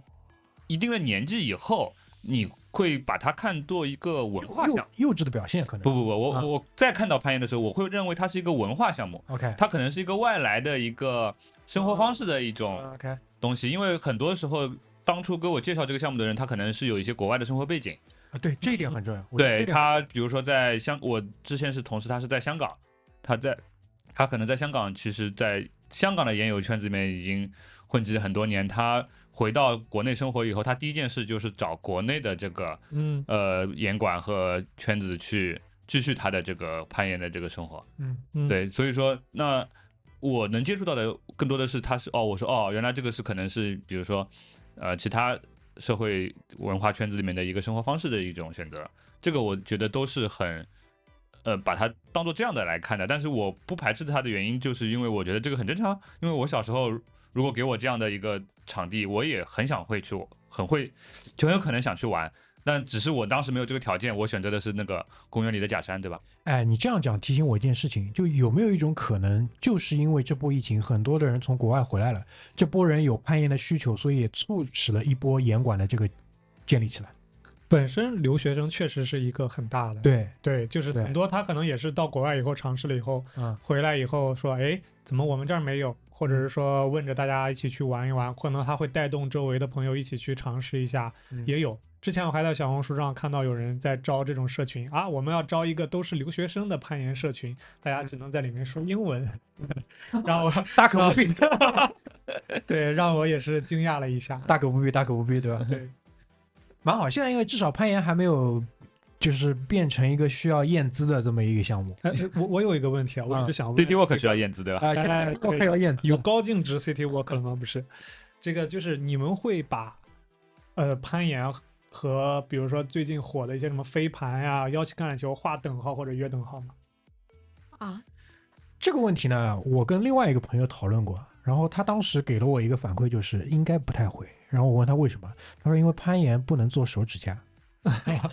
D: 一定的年纪以后，你会把它看作一个文化
B: 幼
D: 项目。
B: 幼稚的表现可能
D: 不不不，我、
B: 啊
D: 我在看到攀岩的时候，我会认为它是一个文化项目，
B: ，OK
D: 它可能是一个外来的一个生活方式的一种
B: OK，啊
D: 东西，因为很多时候。当初给我介绍这个项目的人，他可能是有一些国外的生活背景，
B: 啊对，这一点很重要。我觉得
D: 对
B: 这点很
D: 他，比如说在香，我之前是同事，他是在香港，他在，他可能在香港，其实在香港的研友圈子里面已经混迹了很多年。他回到国内生活以后，他第一件事就是找国内的这个
A: 嗯
D: 呃严管和圈子去继续他的这个攀岩的这个生活。
B: 嗯，
A: 嗯，
D: 对，所以说那我能接触到的更多的是他是哦，我说哦，原来这个是可能是比如说呃其他社会文化圈子里面的一个生活方式的一种选择，这个我觉得都是很。呃，把它当做这样的来看的，但是我不排斥它的原因，就是因为我觉得这个很正常。因为我小时候，如果给我这样的一个场地，我也很想会去，很会，就很有可能想去玩。但只是我当时没有这个条件，我选择的是那个公园里的假山，对吧？
B: 哎，你这样讲提醒我一件事情，就有没有一种可能，就是因为这波疫情，很多的人从国外回来了，这波人有攀岩的需求，所以也促使了一波岩馆的这个建立起来。
A: 本身留学生确实是一个很大的，
B: 对，
A: 对，就是
B: 对
A: 很多他可能也是到国外以后尝试了以后，
B: 嗯
A: 回来以后说，哎，怎么我们这儿没有？或者是说问着大家一起去玩一玩，可能他会带动周围的朋友一起去尝试一下，
B: 嗯
A: 也有。之前我还在小红书上看到有人在招这种社群啊，我们要招一个都是留学生的攀岩社群，大家只能在里面说英文， 让我
B: 大可不必，
A: 对让我也是惊讶了一下。
B: 大可不必，大可不必，对吧？
A: 对，
B: 蛮好，现在因为至少攀岩还没有，就是变成一个需要验资的这么一个项目
A: 哎，我我有一个问题啊，我一
B: 嗯
A: 直想问
D: City Walk 需要验资，对吧？
B: 啊，
A: 哎
B: 我快要验 资
A: 有高净值 City Walk 了吗？不是，这个就是你们会把呃攀岩和比如说最近火的一些什么飞盘呀、腰旗橄榄球划等号或者约等号吗？
C: 啊，
B: 这个问题呢，我跟另外一个朋友讨论过，然后他当时给了我一个反馈，就是应该不太会。然后我问他为什么，他说因为攀岩不能做手 指甲，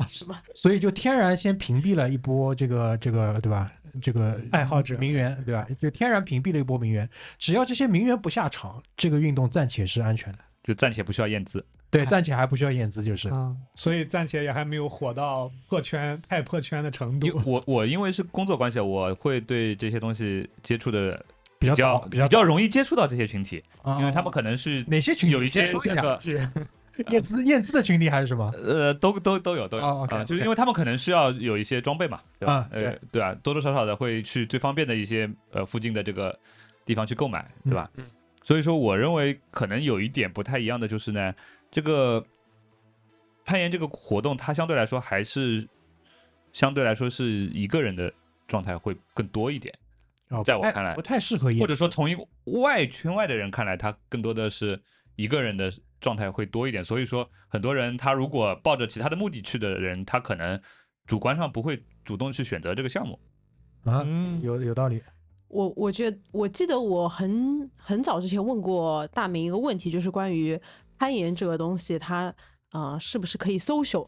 C: 什么？
B: 所以就天然先屏蔽了一波这个这个对吧？这个
A: 爱好者
B: 名媛对吧？就天然屏蔽了一波名媛。只要这些名媛不下场，这个运动暂且是安全的。
D: 就暂且不需要验资。
A: 哎
B: 对，暂且还不需要验资，就是
A: 啊、所以暂且也还没有火到破圈太破圈的程
D: 因
A: 度。
D: 我我因为是工作关系，我会对这些东西接触的
B: 比较
D: 比较
B: 早哦比较
D: 比较容易接触到这些群体，
A: 啊
D: 因为他们
B: 可
D: 可能是
B: 哪些群体
D: 有一些
B: 先说
D: 这
B: 一下
D: 个
B: 验资验资的群体还是什么？
D: 呃都都都有都有
B: 哦，OK，
D: 啊就是
B: OK
D: 因为他们可能需要有一些装备嘛，对吧
B: 啊？
D: 呃，对啊，多多少少的会去最方便的一些呃附近的这个地方去购买，对吧？
B: 嗯
D: 所以说，我认为可能有一点不太一样的就是呢，这个攀岩这个活动，它相对来说还是相对来说是一个人的状态会更多一点。
B: 哦
D: 在我
B: 不太
D: 看来
B: 不太适合验资，
D: 或者说从一个外圈外的人看来，他更多的是一个人的状态会多一点。所以说，很多人他如果抱着其他的目的去的人，他可能主观上不会主动去选择这个项目。
B: 啊，
A: 嗯，
B: 有有道理。
C: 我我觉得我记得我很很早之前问过大明一个问题，就是关于攀岩这个东西，它呃是不是可以 social？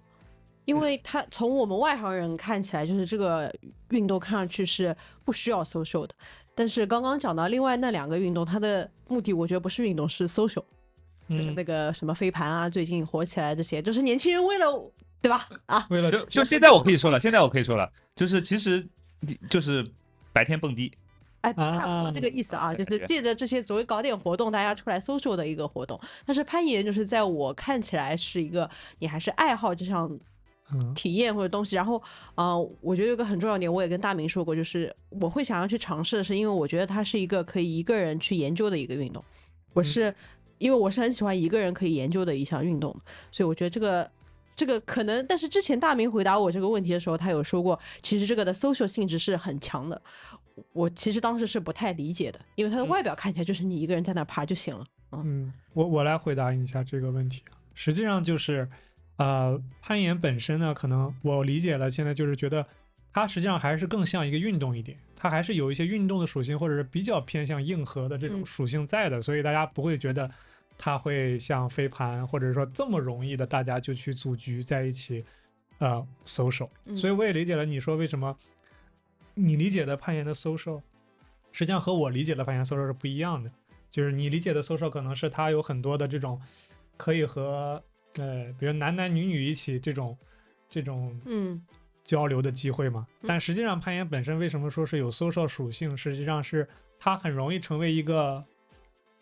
C: 因为它从我们外行人看起来，就是这个运动看上去是不需要 social 的。但是刚刚讲到另外那两个运动，它的目的我觉得不是运动，是 social。
A: 嗯
C: 就是那个什么飞盘啊，最近火起来这些，就是年轻人为了对吧？啊，
A: 为了
D: 就就现在我可以说了，现在我可以说了，就是其实你就是白天蹦迪，
C: 哎，
A: 啊
C: 差不多这个意思啊，就是
D: 对
C: 借着这些所谓搞点活动，大家出来 social 的一个活动。但是攀岩就是在我看起来是一个，你还是爱好这项
A: 嗯
C: 体验或者东西。然后，呃，我觉得有个很重要的点，我也跟大明说过，就是我会想要去尝试，是因为我觉得它是一个可以一个人去研究的一个运动。我是、因为我是很喜欢一个人可以研究的一项运动，所以我觉得这个。这个可能，但是之前大明回答我这个问题的时候，他有说过，其实这个的 social 性质是很强的。我其实当时是不太理解的，因为它的外表看起来就是你一个人在那爬就行了。
A: 嗯，我我来回答你一下这个问题啊。实际上就是，呃，攀岩本身呢，可能我理解了，现在就是觉得它实际上还是更像一个运动一点，它还是有一些运动的属性，或者是比较偏向硬核的这种
C: 嗯
A: 属性在的，所以大家不会觉得它会像飞盘，或者说这么容易的大家就去组局在一起，呃，social。
C: 嗯
A: 所以我也理解了你说为什么你理解的攀岩的 social，实际上和我理解的攀岩 social 是不一样的。就是你理解的 social 可能是它有很多的这种可以和呃，比如男男女女一起这种这种
C: 嗯
A: 交流的机会嘛。
C: 嗯
A: 但实际上，攀岩本身为什么说是有 social 属性？实际上是它很容易成为一个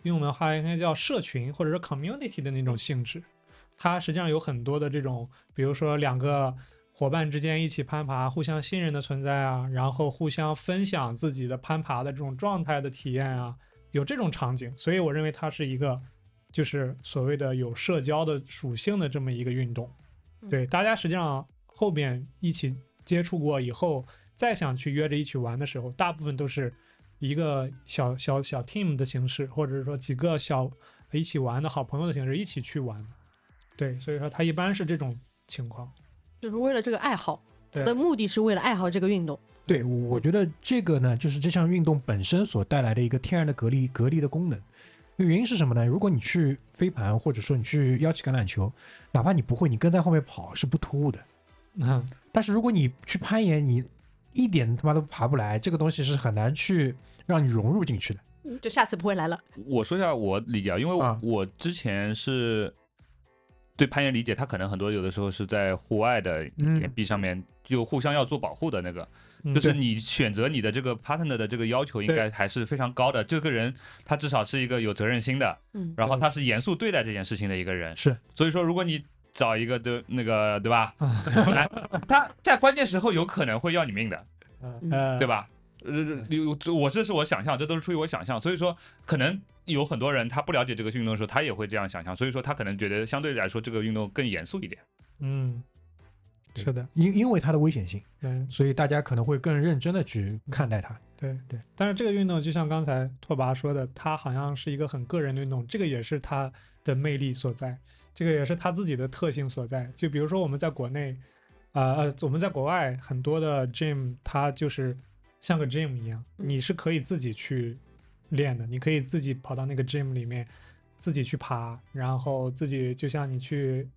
A: 用文化应该叫社群或者是 community 的那种性质。它实际上有很多的这种，比如说两个伙伴之间一起攀爬，互相信任的存在啊，然后互相分享自己的攀爬的这种状态的体验啊，有这种场景。所以我认为它是一个。就是所谓的有社交的属性的这么一个运动，
D: 嗯
A: 对，大家实际上后面一起接触过以后，再想去约着一起玩的时候，大部分都是一个小小小 team 的形式，或者是说几个小一起玩的好朋友的形式一起去玩的。对，所以说它一般是这种情 况。
C: 就是为了这个爱好，
A: 对
C: 它的目的是为了爱好这个运动。
B: 对，我我觉得这个呢，就是这项运动本身所带来的一个天然的隔离隔离的功能。原因是什么呢？如果你去飞盘，或者说你去腰旗橄榄球，哪怕你不会，你跟在后面跑是不突兀的。
A: 嗯，
B: 但是如果你去攀岩，你一点他妈都爬不来，这个东西是很难去让你融入进去的。
C: 就下次不会来了。
D: 我说一下我理解啊，因为
B: 啊
D: 我我之前是对攀岩理解，它可能很多有的时候是在户外的
B: 嗯
D: 岩壁上面就互相要做保护的那个，
A: 嗯
D: 就是你选择你的这个 partner 的这个要求应该还是非常高的。这个人他至少是一个有责任心的，
C: 嗯，
D: 然后他是严肃对待这件事情的一个 人。
B: 是，
D: 所以说，如果你找一个对那个对吧，来他在关键时候有可能会要你命的，
A: 呃，
D: 对？吧？呃，有这我这是我想象，这都是出于我想象，所以说可能有很多人他不了解这个运动的时候，他也会这样想象，所以说他可能觉得相对来说这个运动更严肃一点。
A: 嗯，是的，嗯
B: 因因为它的危险性，
A: 对
B: 所以大家可能会更认真的去看待它。
A: 对
B: 对。
A: 但是这个运动就像刚才拓跋说的，它好像是一个很个人的运动，这个也是它的魅力所在，这个也是它自己的特性所在。就比如说我们在国内，啊呃，我们在国外很多的 gym，它就是像个 gym 一样，你是可以自己去练的，你可以自己跑到那个 gym 里面，自己去爬，然后自己就像你去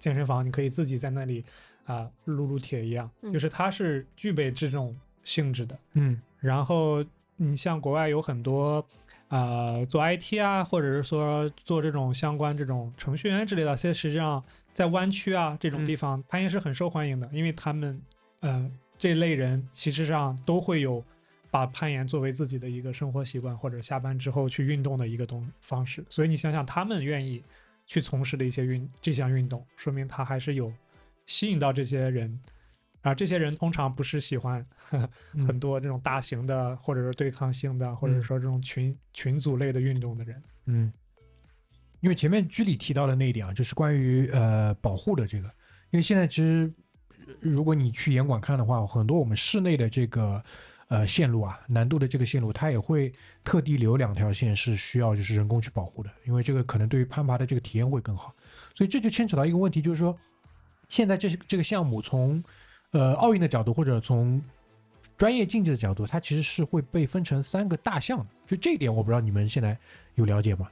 A: 健身房，你可以自己在那里啊、撸撸铁一样，
C: 嗯
A: 就是它是具备这种性质的。
B: 嗯，
A: 然后你像国外有很多呃做 IT 啊，或者是说做这种相关这种程序员之类的，这实际上在湾区啊这种地方，攀岩是很受欢迎的，因为他们呃这类人其实上都会有把攀岩作为自己的一个生活习惯，或者下班之后去运动的一个东方式。所以你想想，他们愿意去从事的一些运这项运动，说明他还是有吸引到这些人。啊，这些人通常不是喜欢呵呵
B: 嗯
A: 很多这种大型的，或者是对抗性的，或者
B: 嗯
A: 说这种群群组类的运动的人。
B: 嗯，因为前面居里提到的那一点啊，就是关于呃保护的这个，因为现在其实呃如果你去严管看的话，很多我们室内的这个呃线路啊，难度的这个线路，它也会特地留两条线是需要就是人工去保护的，因为这个可能对于攀爬的这个体验会更好，所以这就牵扯到一个问题，就是说现在这是这个项目从呃奥运的角度或者从专业竞技的角度，它其实是会被分成三个大项的。就这一点，我不知道你们现在有了解吗？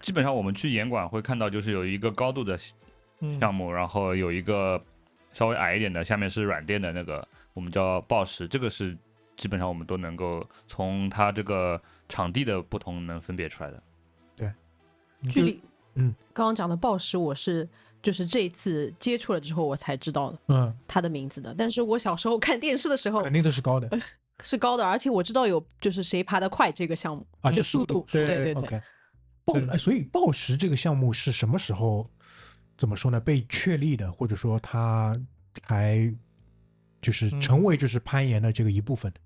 D: 基本上我们去岩馆会看到，就是有一个高度的
A: 嗯
D: 项目，然后有一个稍微矮一点的，下面是软垫的那个，我们叫抱石，这个是基本上我们都能够从它这个场地的不同能分别出来的。
C: 距离，
B: 嗯，
C: 刚刚讲的暴食，我是就是这一次接触了之后我才知道
B: 嗯，
C: 它的名字的，但是我小时候看电视的时候
B: 肯定都是高的
C: 是高的，而且我知道有就是谁爬得快这个项目，
B: 啊，
A: 嗯
B: 这
C: 速度
A: 对
C: 对对对
B: OK，暴
A: 对
B: 哎所以暴食这个项目是什么时候怎么说呢？被确立的，或者说它还就是
A: 嗯
B: 成为就是攀岩的这个一部分的。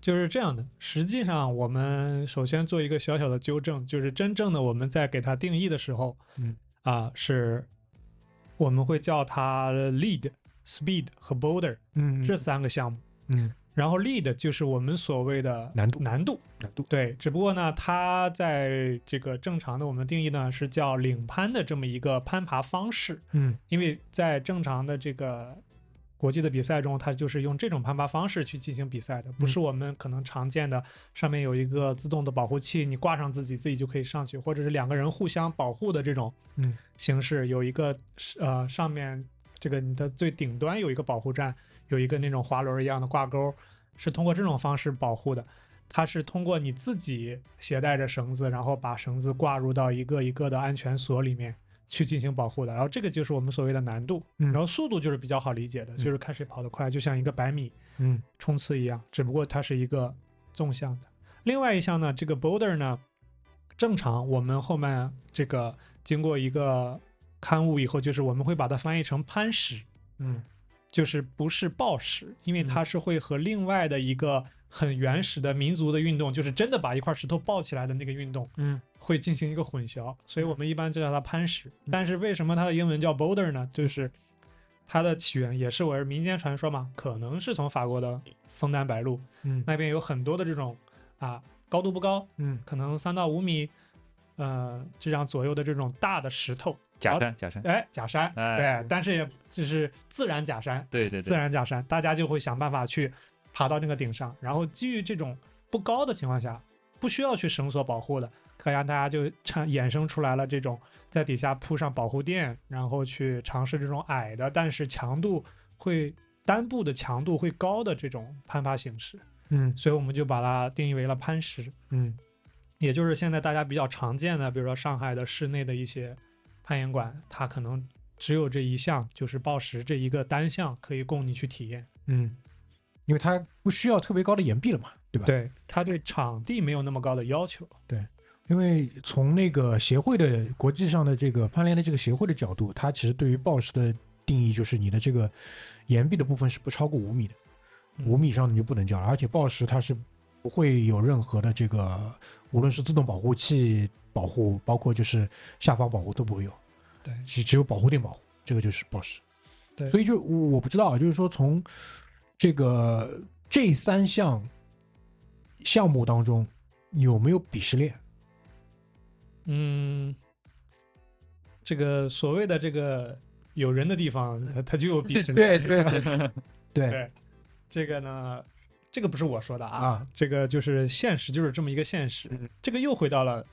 A: 就是这样的。实际上，我们首先做一个小小的纠正，就是真正的我们在给它定义的时候，
B: 嗯
A: 啊，是我们会叫它 lead、speed 和 boulder
B: 嗯
A: 这三个项目。
B: 嗯
A: 然后 lead 就是我们所谓的
B: 难度
A: 难度，
B: 难度
A: 对，只不过呢，它在这个正常的我们定义呢是叫领攀的这么一个攀爬方式，
B: 嗯
A: 因为在正常的这个国际的比赛中，它就是用这种攀爬方式去进行比赛的，不是我们可能常见的上面有一个自动的保护器，你挂上自己自己就可以上去，或者是两个人互相保护的这种
B: 嗯
A: 形式，有一个呃上面这个你的最顶端有一个保护站，有一个那种滑轮一样的挂钩，是通过这种方式保护的。它是通过你自己携带着绳子，然后把绳子挂入到一个一个的安全锁里面去进行保护的。然后这个就是我们所谓的难度，
B: 嗯
A: 然后速度就是比较好理解的，就是看谁跑得快，就像一个百米
B: 嗯
A: 冲刺一样，只不过它是一个纵向的。另外一项呢，这个 boulder 呢，正常我们后面这个经过一个刊物以后，就是我们会把它翻译成攀石，
B: 嗯
A: 就是不是暴食，因为
B: 嗯
A: 它是会和另外的一个很原始的民族的运动，就是真的把一块石头抱起来的那个运动，
B: 嗯，
A: 会进行一个混淆，所以我们一般就叫它攀石。但是为什么它的英文叫 boulder 呢？就是它的起源也是我是民间传说嘛，可能是从法国的枫丹白露
B: 嗯
A: 那边有很多的这种啊，高度不高，
B: 嗯
A: 可能三到五米，呃，这样左右的这种大的石头，
D: 假山假山，
A: 哎，假山，
D: 哎
A: 对，但是也就是自然假山，
D: 对对
A: 自
D: 对，
A: 然假山，大家就会想办法去爬到那个顶上。然后基于这种不高的情况下，不需要去绳索保护的，可让大家就产衍生出来了这种在底下铺上保护垫，然后去尝试这种矮的，但是强度会单步的强度会高的这种攀爬形式。
B: 嗯
A: 所以我们就把它定义为了攀石，
B: 嗯
A: 也就是现在大家比较常见的，比如说上海的室内的一些攀岩馆，它可能只有这一项，就是抱石这一个单项可以供你去体验。
B: 嗯，因为它不需要特别高的岩壁了嘛，对吧？
A: 对，他对场地没有那么高的要求。
B: 因为从那个协会的国际上的这个攀联的这个协会的角度，它其实对于暴食的定义就是你的这个岩壁的部分是不超过五米的，
A: 嗯
B: 五米以上的你就不能叫了。而且暴食它是不会有任何的这个，无论是自动保护器保护，包括就是下方保护都不会有，
A: 对
B: 只只有保护垫保护，这个就是暴食。
A: 对
B: 所以就我我不知道啊，就是说从这个这三项项目当中有没有鄙视链？
A: 嗯，这个所谓的这个有人的地方，它它就有 鄙视链。
B: 对对，
A: 对，这个呢，这个不是我说的啊，
B: 啊
A: 这个就是现实，就是这么一个现实。
B: 嗯
A: 这个又回到了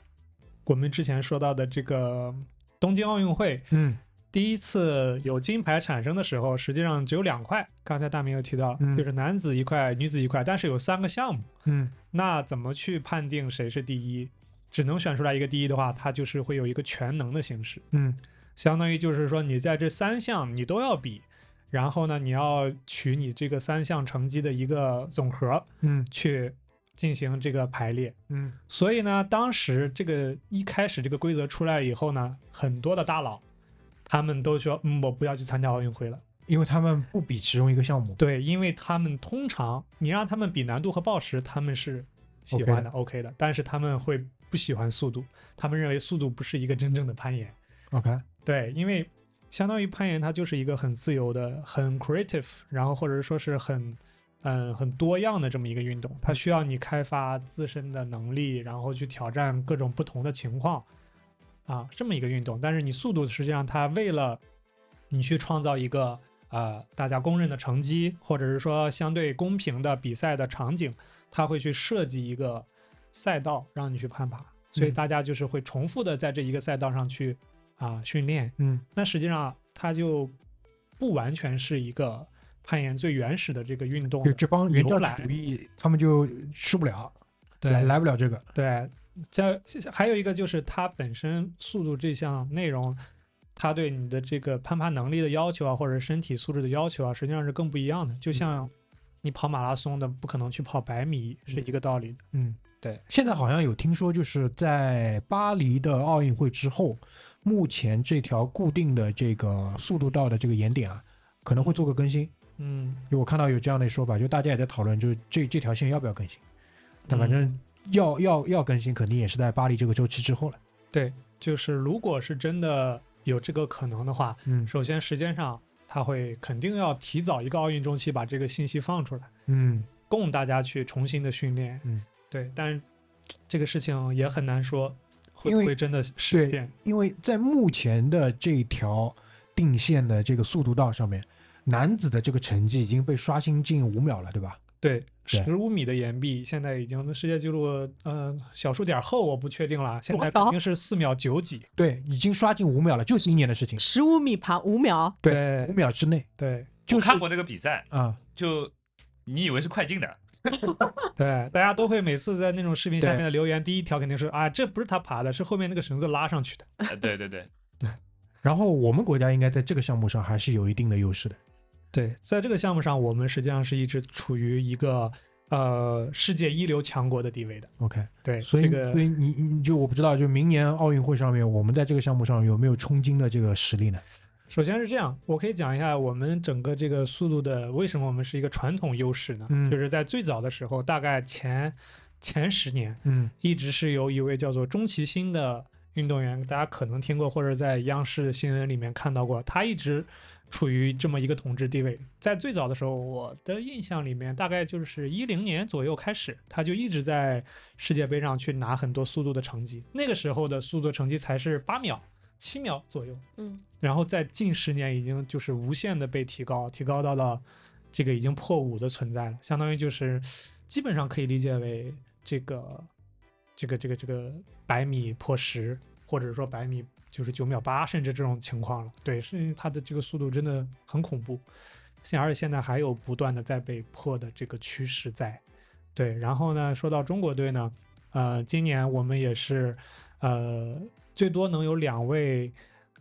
A: 我们之前说到的这个东京奥运会
B: 嗯
A: 第一次有金牌产生的时候，实际上只有两块。刚才大明又提到了，
B: 嗯
A: 就是男子一块，女子一块，但是有三个项目。
B: 嗯
A: 那怎么去判定谁是第一？只能选出来一个第一的话，它就是会有一个全能的形式，
B: 嗯
A: 相当于就是说你在这三项你都要比，然后呢，你要取你这个三项成绩的一个总和
B: 嗯
A: 去进行这个排列。
B: 嗯
A: 所以呢，当时这个一开始这个规则出来以后呢，很多的大佬他们都说，嗯，我不要去参加奥运会了。
B: 因为他们不比其中一个项目，
A: 对，因为他们通常你让他们比难度和暴食，他们是喜
B: OK
A: 欢的
B: 的
A: OK 的，但是他们会不喜欢速度，他们认为速度不是一个真正的攀岩。
B: ，OK，
A: 对，因为相当于攀岩，它就是一个很自由的、很 creative，然后或者说是很嗯很多样的这么一个运动，它需要你开发自身的能力，然后去挑战各种不同的情况啊，这么一个运动。但是你速度实际上它为了你去创造一个呃大家公认的成绩，或者是说相对公平的比赛的场景，它会去设计一个赛道让你去攀爬。所以
B: 嗯
A: 大家就是会重复的在这一个赛道上去啊训练，
B: 嗯
A: 那实际上它就不完全是一个攀岩最原始的这个运动
B: 就这帮原教
A: 由来
B: 旨主义，他们就吃不了，
A: 对
B: 来来不了这个，
A: 对，在还有一个就是它本身速度这项内容，它对你的这个攀爬能力的要求啊，或者身体素质的要求啊，实际上是更不一样的。
B: 嗯
A: 就像你跑马拉松的，不可能去跑百米，是一个道理的。
B: 嗯，对。现在好像有听说，就是在巴黎的奥运会之后，目前这条固定的这个速度道的这个岩点啊，可能会做个更新。
A: 嗯，
B: 因为我看到有这样的说法，就大家也在讨论，就是这这条线要不要更新。那反
A: 嗯
B: 正要、要要更新，肯定也是在巴黎这个周期之后了。
A: 对，就是如果是真的有这个可能的话，
B: 嗯
A: 首先时间上它会肯定要提早一个奥运中期把这个信息放出来。
B: 嗯，
A: 供大家去重新的训练。
B: 嗯，
A: 对，但是这个事情也很难说会
B: 因为
A: 不会真的实现。
B: 因为在目前的这条定线的这个速度道上面，男子的这个成绩已经被刷新近五秒了，对吧？
A: 对，
B: 对
A: 十五米的岩壁现在已经世界纪录，呃，小数点后我不确定了，现
C: 我
A: 在
C: 靠
A: 肯定是四秒九几。
B: 对，已经刷近五秒了，就是今年的事情，
C: 十五米爬五秒，
B: 五
A: 对
B: 秒之内
A: 对
B: 就
D: 我
B: 是
D: 看过那个比赛，
B: 啊，
D: 就你以为是快进的，
A: 对，大家都会每次在那种视频
B: 对
A: 下面的留言，第一条肯定是啊，这不是他爬的，是后面那个绳子拉上去的。
D: 呃对对对，
B: 然后我们国家应该在这个项目上还是有一定的优势的。
A: 对，在这个项目上，我们实际上是一直处于一个呃世界一流强国的地位的。
B: OK，
A: 对，
B: 所以、
A: 这个
B: 所以你你就我不知道，就明年奥运会上面，我们在这个项目上有没有冲金的这个实力呢？
A: 首先是这样，我可以讲一下我们整个这个速度的为什么我们是一个传统优势呢？
B: 嗯
A: 就是在最早的时候，大概前前十年，
B: 嗯
A: 一直是由一位叫做钟齐星的运动员，大家可能听过或者在央视的新闻里面看到过，他一直处于这么一个统治地位。在最早的时候，我的印象里面，大概就是一零年左右开始，他就一直在世界杯上去拿很多速度的成绩，那个时候的速度成绩才是八秒、七秒左右。
C: 嗯，
A: 然后在近十年已经就是无限的被提高，提高到了这个已经破五的存在了，相当于就是基本上可以理解为这个这个这个这个百米破十，或者说百米就是九秒八，甚至这种情况了。对，是因为它的这个速度真的很恐怖，现而且现在还有不断的在被破的这个趋势在。对，然后呢，说到中国队呢，呃，今年我们也是呃最多能有两位。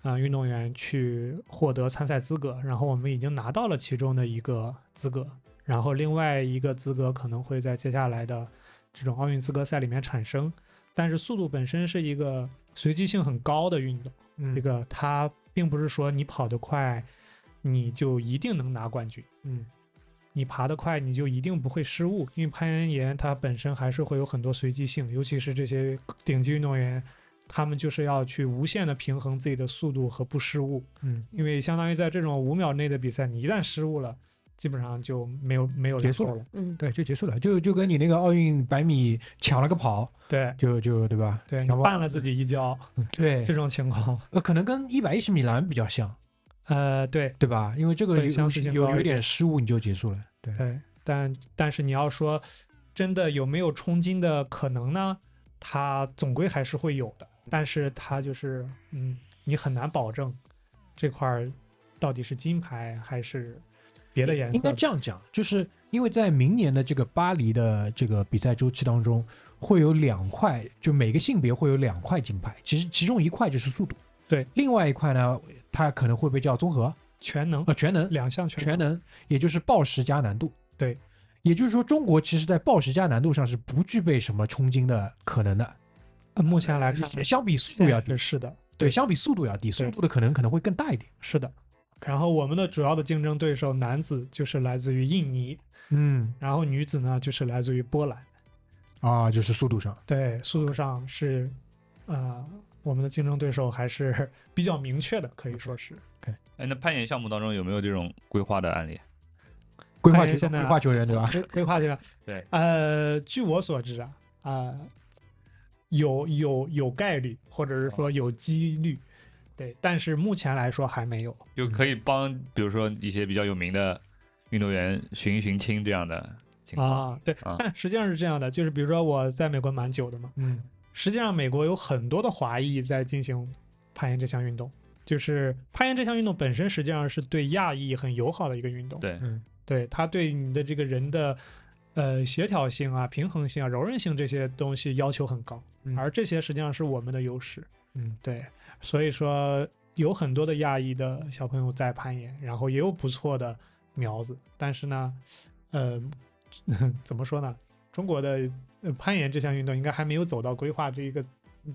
A: 啊、运动员去获得参赛资格，然后我们已经拿到了其中的一个资格，然后另外一个资格可能会在接下来的这种奥运资格赛里面产生。但是速度本身是一个随机性很高的运动，
B: 嗯
A: 这个它并不是说你跑得快，你就一定能拿冠军。
B: 嗯，
A: 你爬得快，你就一定不会失误，因为攀岩它本身还是会有很多随机性，尤其是这些顶级运动员，他们就是要去无限的平衡自己的速度和不失误。
B: 嗯，
A: 因为相当于在这种五秒内的比赛，你一旦失误了，基本上就没有没有
B: 结
A: 然
B: 束
A: 后
B: 了
A: 了。
C: 嗯，
B: 对，就结束了，就就跟你那个奥运百米抢了个跑，
A: 对
B: 就就对吧？
A: 对，你
B: 然后
A: 绊了自己一跤，
B: 对
A: 这，种情况，
B: 呃，可能跟一百一十米栏比较像，
A: 呃，对
B: 对吧？因为这个
A: 对
B: 有
A: 相似性
B: 有
A: 高
B: 有
A: 一
B: 一点失误你就结束了，对，
A: 对，但但是你要说真的有没有冲金的可能呢？它总归还是会有的，但是它就是嗯，你很难保证这块儿到底是金牌还是别的颜
B: 应
A: 色
B: 该
A: 的。
B: 这样讲，就是因为在明年的这个巴黎的这个比赛周期当中，会有两块，就每个性别会有两块金牌，其实其中一块就是速度，
A: 对，
B: 另外一块呢，它可能会被叫综合
A: 全能
B: 呃全能，
A: 两项全
B: 全能，也就是报时加难度。
A: 对，
B: 也就是说，中国其实在报时加难度上是不具备什么冲金的可能的，
A: 呃目前来看
B: 也相比速度要低
A: 是。是的，
B: 对，相比速度要低，速
A: 对
B: 度的可能可能会更大一点。
A: 是的。然后我们的主要的竞争对手男子就是来自于印尼，
B: 嗯，
A: 然后女子呢就是来自于波兰。
B: 啊，就是速度上，
A: 对，速度上是，呃，我们的竞争对手还是 比较明确的，可以说是。
D: 哎，那攀岩项目当中有没有这种规划的案例？
B: 规划
A: 看一
B: 球
A: 下呢
B: 规划球员对吧？
A: 规规划这个，
D: 对，
A: 呃，据我所知啊，啊、有有有概率，或者是说有几率，对，但是目前来说还没有。
D: 就可以帮，比如说一些比较有名的运动员寻一寻亲这样的情况。
A: 啊，对
D: 啊，
A: 但实际上是这样的，就是比如说我在美国蛮久的嘛，
B: 嗯，
A: 实际上美国有很多的华裔在进行攀岩这项运动，就是攀岩这项运动本身
B: 嗯
A: 实际上是对亚裔很友好的一个运动，
D: 对，
A: 对它对你的这个人的呃协调性啊、平衡性啊、柔韧性这些东西要求很高，
B: 嗯
A: 而这些实际上是我们的优势。
B: 嗯，
A: 对，所以说有很多的亚裔的小朋友在攀岩，然后也有不错的苗子，但是呢，呃， 怎么说呢？中国的呃攀岩这项运动应该还没有走到规划这一个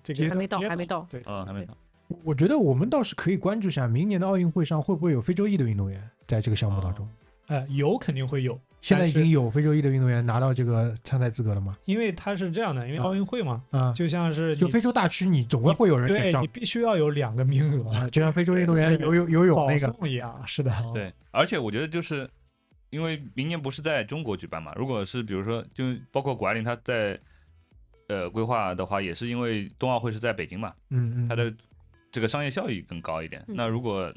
A: 这个
C: 还没到，
A: 阶
C: 还
A: 段
C: 没到。
B: 哦
D: 嗯，还没到。
B: 我觉得我们倒是可以关注一下，明年的奥运会上会不会有非洲裔的运动员在这个项目当中？
A: 呃有肯定会有，
B: 现在已
A: 但
B: 经
A: 是
B: 有非洲裔的运动员拿到这个参赛资格了吗？
A: 因为它是这样的，因为
B: 啊
A: 奥运会嘛，
B: 啊，
A: 就像是
B: 就
A: 你
B: 非洲大区，你总归会有人选
A: 对
B: 上
A: 你，必须要有两个名 额，
B: 啊就像非洲运动员游泳游泳
A: 保
B: 那个，
A: 送一样，是的，
D: 对，而且我觉得就是因为明年不是在中国举办嘛，如果是比如说就包括谷爱凌她在呃规划的话，也是因为冬奥会是在北京嘛，
B: 嗯嗯，
D: 它的这个商业效益更高一点。
C: 嗯
D: 那如果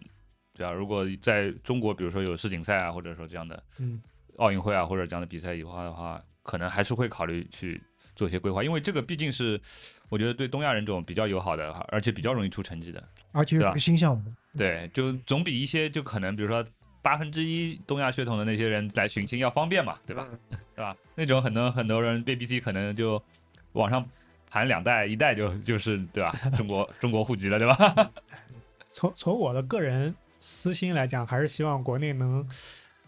D: 对啊，如果在中国，比如说有世锦赛啊，或者说这样的
A: 嗯
D: 奥运会啊，或者这样的比赛以后的话，可能还是会考虑去做一些规划，因为这个毕竟是我觉得对东亚人这种比较友好的，而且比较容易出成绩的。
B: 而且有一
D: 对吧
B: 个新项目，
D: 对，就总比一些就可能比如说八分之一东亚血统的那些人来寻亲要方便嘛，对吧？ 对吧？那种很多很多人 BBC 可能就往上盘两代，一代就就是对吧？中国中国户籍了，对吧？
A: 从从我的个人私心来讲，还是希望国内能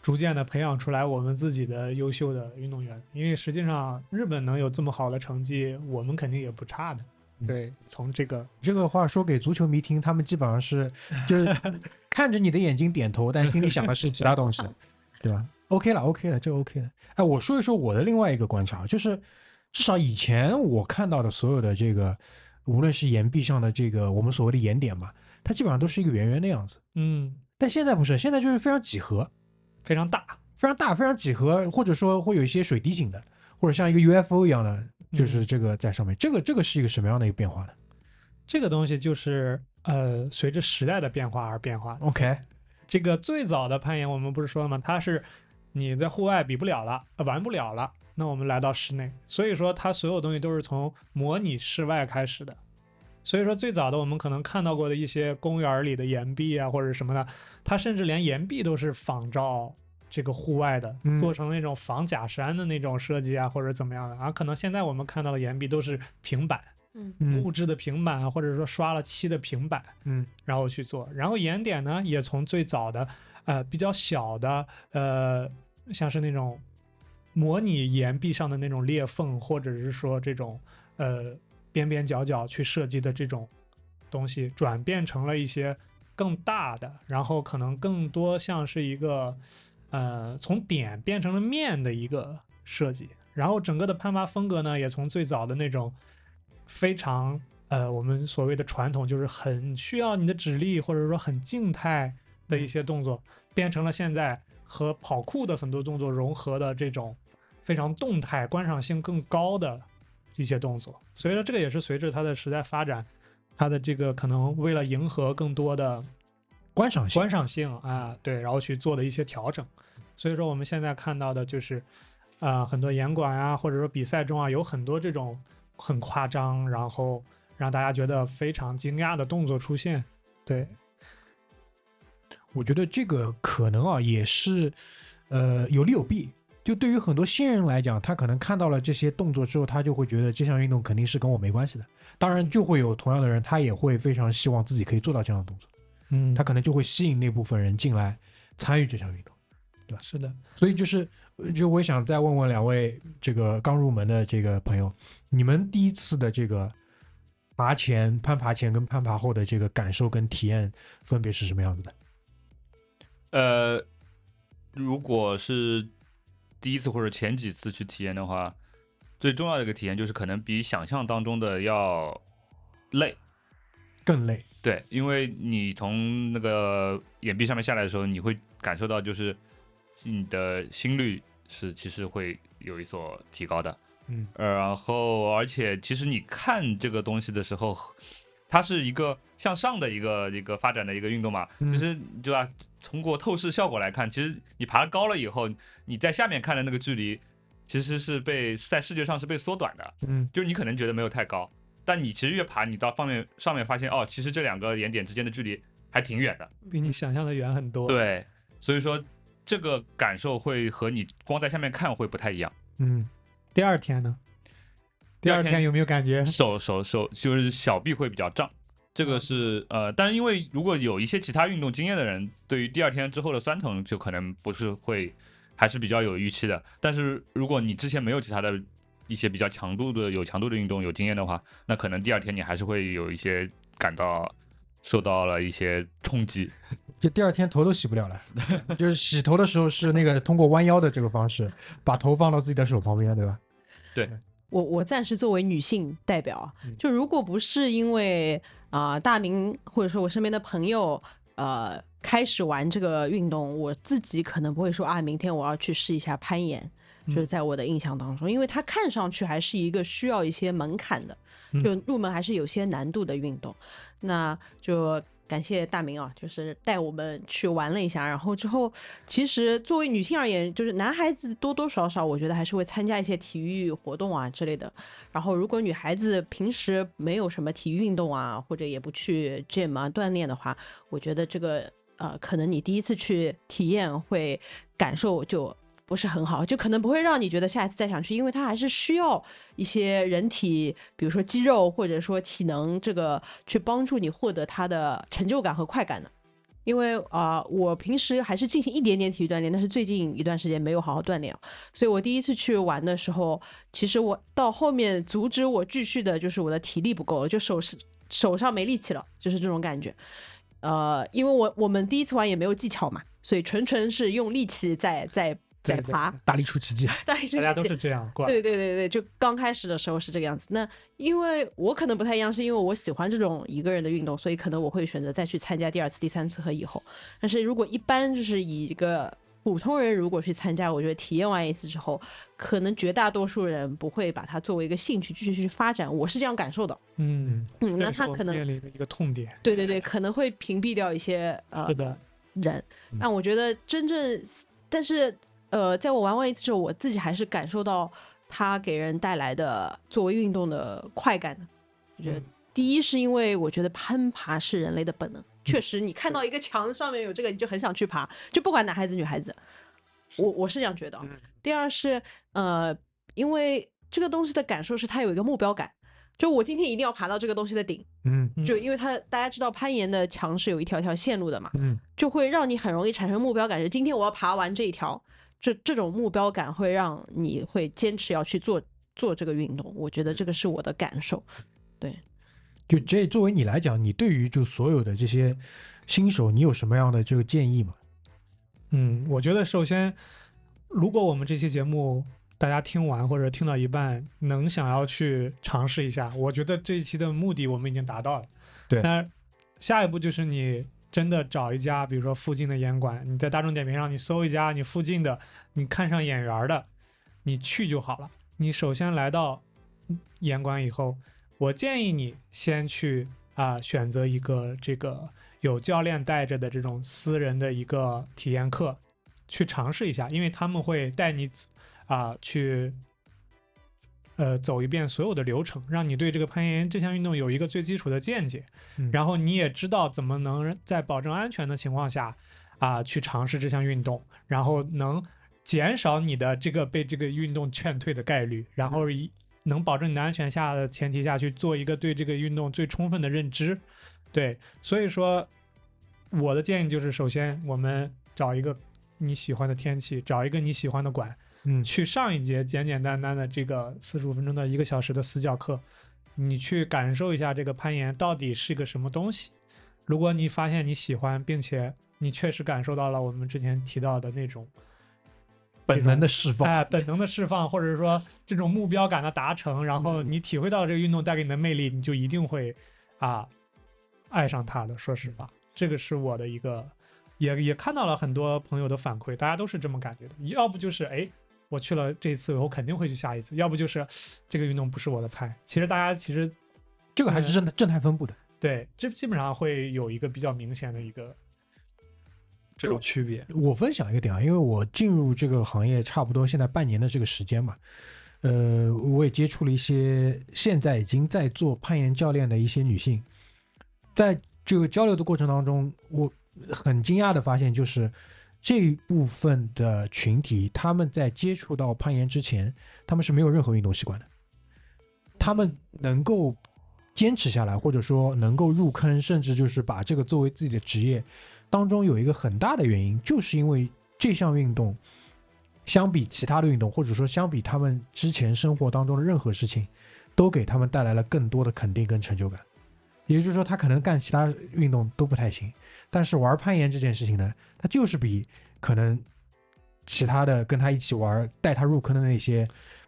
A: 逐渐的培养出来我们自己的优秀的运动员，因为实际上日本能有这么好的成绩，我们肯定也不差的。
B: 嗯
A: 对，从这个
B: 这个话说给足球迷听，他们基本上 是就是看着你的眼睛点头，但心里想的是其他东 西，对吧？OK 了，OK 了，这个 OK 了。哎，我说一说我的另外一个观察，就是至少以前我看到的所有的这个，无论是岩壁上的这个我们所谓的岩点嘛，它基本上都是一个圆圆的样子，
A: 嗯
B: 但现在不是，现在就是非常几何，
A: 非常大，
B: 非常大，非常几何，或者说会有一些水滴形的，或者像一个 UFO 一样的，就是这个在上面。这个这个是一个什么样的一个变化呢
A: 这个东西就是呃随着时代的变化而变化的。
B: ？OK，
A: 这个最早的攀岩，我们不是说了吗？它是你在户外比不了了，呃玩不了了，那我们来到室内，所以说它所有东西都是从模拟室外开始的。所以说，最早的我们可能看到过的一些公园里的岩壁啊，或者什么的，它甚至连岩壁都是仿照这个户外的，
B: 嗯
A: 做成那种仿假山的那种设计啊，或者怎么样的啊。可能现在我们看到的岩壁都是平板，
C: 嗯，
A: 木质的平板啊，或者说刷了漆的平板，
B: 嗯，
A: 然后去做。然后岩点呢，也从最早的呃比较小的呃，像是那种模拟岩壁上的那种裂缝，或者是说这种呃边边角角去设计的这种东西，转变成了一些更大的，然后可能更多像是一个呃从点变成了面的一个设计。然后整个的攀爬风格呢，也从最早的那种非常呃我们所谓的传统，就是很需要你的指力或者说很静态的一些动作，变成了现在和跑酷的很多动作融合的这种非常动态、观赏性更高的一些动作。所以说，这个也是随着它的时代发展，它的这个可能为了迎合更多的
B: 观赏性。
A: 观赏性啊，对，然后去做的一些调整。所以说我们现在看到的就是，啊、很多严管啊，或者说比赛中啊，有很多这种很夸张，然后让大家觉得非常惊讶的动作出现。对，
B: 我觉得这个可能啊，也是呃有利有弊。就对于很多新人来讲，他可能看到了这些动作之后，他就会觉得这项运动肯定是跟我没关系的。当然，就会有同样的人，他也会非常希望自己可以做到这样的动作，
A: 嗯
B: 他
A: 他
B: 可能就会吸引那部分人进来参与这项运动。
A: 是的，
B: 所以就是，呃就我也想再问问两位这个刚入门的这个朋友，你们第一次的这个爬前、攀爬前跟攀爬后的这个感受跟体验分别是什么样子的？
D: 呃，如果是第一次或者前几次去体验的话，最重要的一个体验就是可能比想象当中的要累。
B: 更累，
D: 对，因为你从那个岩壁上面下来的时候，你会感受到就是你的心率是其实会有一所提高的。
B: 嗯，
D: 呃，然后而且其实你看这个东西的时候，它是一个向上的一个一个发展的一个运动嘛，
B: 嗯
D: 其实对吧？通过透视效果来看，其实你爬高了以后，你在下面看的那个距离，其实是被在视觉上是被缩短的。
B: 嗯
D: 就是你可能觉得没有太高，但你其实越爬，你到上面上面发现哦，其实这两个岩点之间的距离还挺远的。
A: 比你想象的远很多。，
D: 对，所以说这个感受会和你光在下面看会不太一样。
B: 嗯，
A: 第二天呢？第
D: 第
A: 二
D: 二天
A: 天有没有感觉？
D: 手手手就是小臂会比较胀，这个是呃，但是因为如果有一些其他运动经验的人，对于第二天之后的酸疼就可能不是会还是比较有预期的。但是如果你之前没有其他的一些比较强度的有强度的运动有经验的话，那可能第二天你还是会有一些感到受到了一些冲击。
B: 就第二天头都洗不了 了，就是洗头的时候是那个通过弯腰的这个方式，把头放到自己的手旁边，对吧？
C: 我我暂时作为女性代表啊
A: 嗯，
C: 就如果不是因为啊、大明或者说我身边的朋友呃开始玩这个运动，我自己可能不会说啊，明天我要去试一下攀岩。
A: 嗯
C: 就是在我的印象当中，因为它看上去还是一个需要一些门槛的，
A: 嗯
C: 就入门还是有些难度的运动。那就感谢大明啊，就是带我们去玩了一下，然后之后其实作为女性而言，就是男孩子多多少少，我觉得还是会参加一些体育活动啊之类的。然后，如果女孩子平时没有什么体育运动啊，或者也不去 gym 啊锻炼的话，我觉得这个呃，可能你第一次去体验会感受就不是很好，就可能不会让你觉得下一次再想去，因为它还是需要一些人体，比如说肌肉或者说体能这个去帮助你获得它的成就感和快感的。因为啊、呃我平时还是进行一点点体育锻炼，但是最近一段时间没有好好锻炼啊，所以我第一次去玩的时候，其实我到后面阻止我继续的就是我的体力不够了，就手是手上没力气了，就是这种感觉。呃，因为我我们第一次玩也没有技巧嘛，所以纯纯是用力气在在在
A: 对对
C: 爬，
B: 大力出奇迹，
C: 但是
A: 大家都是这样过来。
C: 对对对对，就刚开始的时候是这个样子。那因为我可能不太一样，是因为我喜欢这种一个人的运动，所以可能我会选择再去参加第二次、第三次和以后。但是如果一般就是以一个普通人如果去参加，我觉得体验完一次之后，可能绝大多数人不会把它作为一个兴趣继续去发展。我是这样感受的。
A: 嗯，
C: 嗯，那
A: 这是
C: 他
A: 我
C: 可能
A: 面临的一个痛点。
C: 对对对，可能会屏蔽掉一些呃
A: 是的，
C: 人。但我觉得真正，但是呃，在我玩完一次之后，我自己还是感受到它给人带来的作为运动的快感的。我觉得
A: 嗯
C: 第一是因为我觉得攀爬是人类的本能，确实你看到一个墙上面有这个，你就很想去爬，就不管男孩子女孩子，我我是这样觉得啊。第二是呃，因为这个东西的感受是它有一个目标感。就我今天一定要爬到这个东西的顶，
B: 嗯
A: 嗯
C: 就因为它大家知道攀岩的墙是有一条一条线路的嘛，
B: 嗯，
C: 就会让你很容易产生目标感，就今天我要爬完这一条，这这种目标感会让你会坚持要去做做这个运动。我觉得这个是我的感受。
B: 就这作为你来讲，你对于就所有的这些新手，你有什么样的这个建议吗？
A: 嗯，我觉得首先，如果我们这期节目大家听完或者听到一半，能想要去尝试一下，我觉得这一期的目的我们已经达到了。
B: 对
A: 但下一步就是你真的找一家，比如说附近的烟馆，你在大众点评上你搜一家你附近的，你看上眼缘儿的，你去就好了。你首先来到严管以后，我建议你先去啊、选择一个这个有教练带着的这种私人的一个体验课，去尝试一下，因为他们会带你啊、去呃走一遍所有的流程，让你对这个攀岩这项运动有一个最基础的见解，
B: 嗯
A: 然后你也知道怎么能在保证安全的情况下啊、去尝试这项运动，然后能。减少你的这个被这个运动劝退的概率，然后以能保证你的安全下的前提下去做一个对这个运动最充分的认知。对，所以说我的建议就是，首先我们找一个你喜欢的天气，找一个你喜欢的馆，
B: 嗯
A: 去上一节简简单单的这个四十五分钟到一个小时的私教课，你去感受一下这个攀岩到底是个什么东西。如果你发现你喜欢，并且你确实感受到了我们之前提到的那种
B: 本能的释放，
A: 哎，本能的释放，或者是说这种目标感的达成，然后你体会到这个运动带给你的魅力，你就一定会啊爱上它的。说实话，这个是我的一个，也也看到了很多朋友的反馈，大家都是这么感觉的。要不就是哎，我去了这一次，我肯定会去下一次；要不就是这个运动不是我的菜。其实大家其实
B: 这个还是正正态分布的。
A: 对这基本上会有一个比较明显的一个这种区别。
B: 我分享一个点啊，因为我进入这个行业差不多现在半年的这个时间嘛，呃，我也接触了一些现在已经在做攀岩教练的一些女性，在这个交流的过程当中，我很惊讶的发现，就是这一部分的群体，他们在接触到攀岩之前，他们是没有任何运动习惯的。他们能够坚持下来，或者说能够入坑，甚至就是把这个作为自己的职业，当中有一个很大的原因，就是因为这项运动相比其他的运动，或者说相比他们之前生活当中的任何事情，都给他们带来了更多的肯定跟成就感。也就是说，他可能干其他运动都不太行，但是玩攀岩这件事情呢，他就是比可能其他的跟他一起玩、带他入坑的那些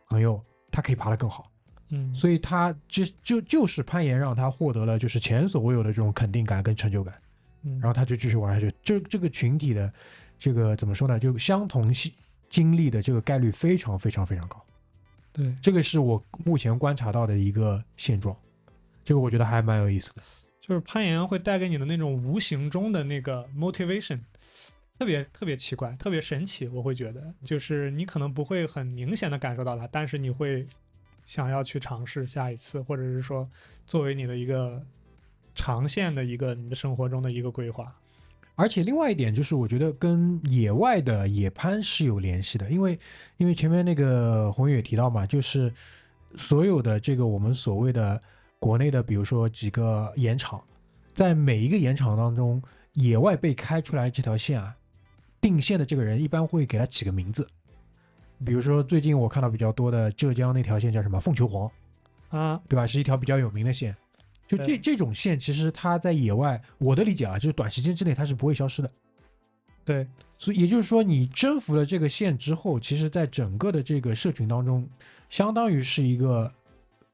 B: 朋友，他可以爬得更好。
A: 嗯，
B: 所以他就就就是攀岩让他获得了就是前所未有的这种肯定感跟成就感，
A: 嗯
B: 然后他就继续玩下去。这这个群体的这个怎么说呢？就相同系经历的这个概率非常非常非常高，
A: 对，
B: 这个是我目前观察到的一个现状，这个我觉得还蛮有意思的。
A: 就是攀岩会带给你的那种无形中的那个 motivation，特别特别奇怪，特别神奇。我会觉得，就是你可能不会很明显的感受到它，但是你会想要去尝试下一次，或者是说作为你的一个长线的一个你的生活中的一个规划。
B: 而且另外一点就是，我觉得跟野外的野攀是有联系的，因为因为前面那个宏宇也提到嘛，就是所有的这个我们所谓的国内的，比如说几个盐场，在每一个盐场当中，野外被开出来这条线啊，定线的这个人一般会给他起个名字，比如说最近我看到比较多的浙江那条线叫什么凤求凰，
A: 啊，
B: 对吧？是一条比较有名的线。就这
A: 对
B: 这种线，其实它在野外，我的理解啊，就是短时间之内它是不会消失的。
A: 对，
B: 所以也就是说，你征服了这个线之后，其实在整个的这个社群当中，相当于是一个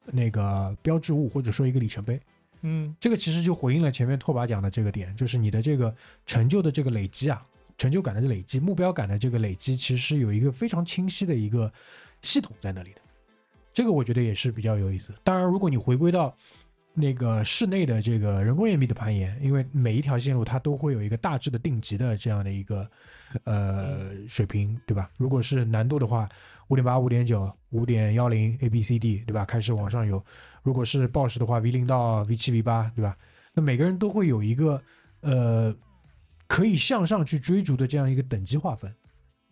B: 那个标志物，或者说一个里程碑。
A: 嗯，
B: 这个其实就回应了前面拓跋讲的这个点，就是你的这个成就的这个累积啊，成就感的累积，目标感的这个累积，其实是有一个非常清晰的一个系统在那里的。这个我觉得也是比较有意思。当然，如果你回归到那个室内的这个人工岩壁的攀岩，因为每一条线路它都会有一个大致的定级的这样的一个呃水平，对吧？如果是难度的话，五点八、五点九、五点幺零 A B C D，对吧？开始往上游。如果是暴食的话，V 零到 V 七、V 八，对吧？那每个人都会有一个呃可以向上去追逐的这样一个等级划分，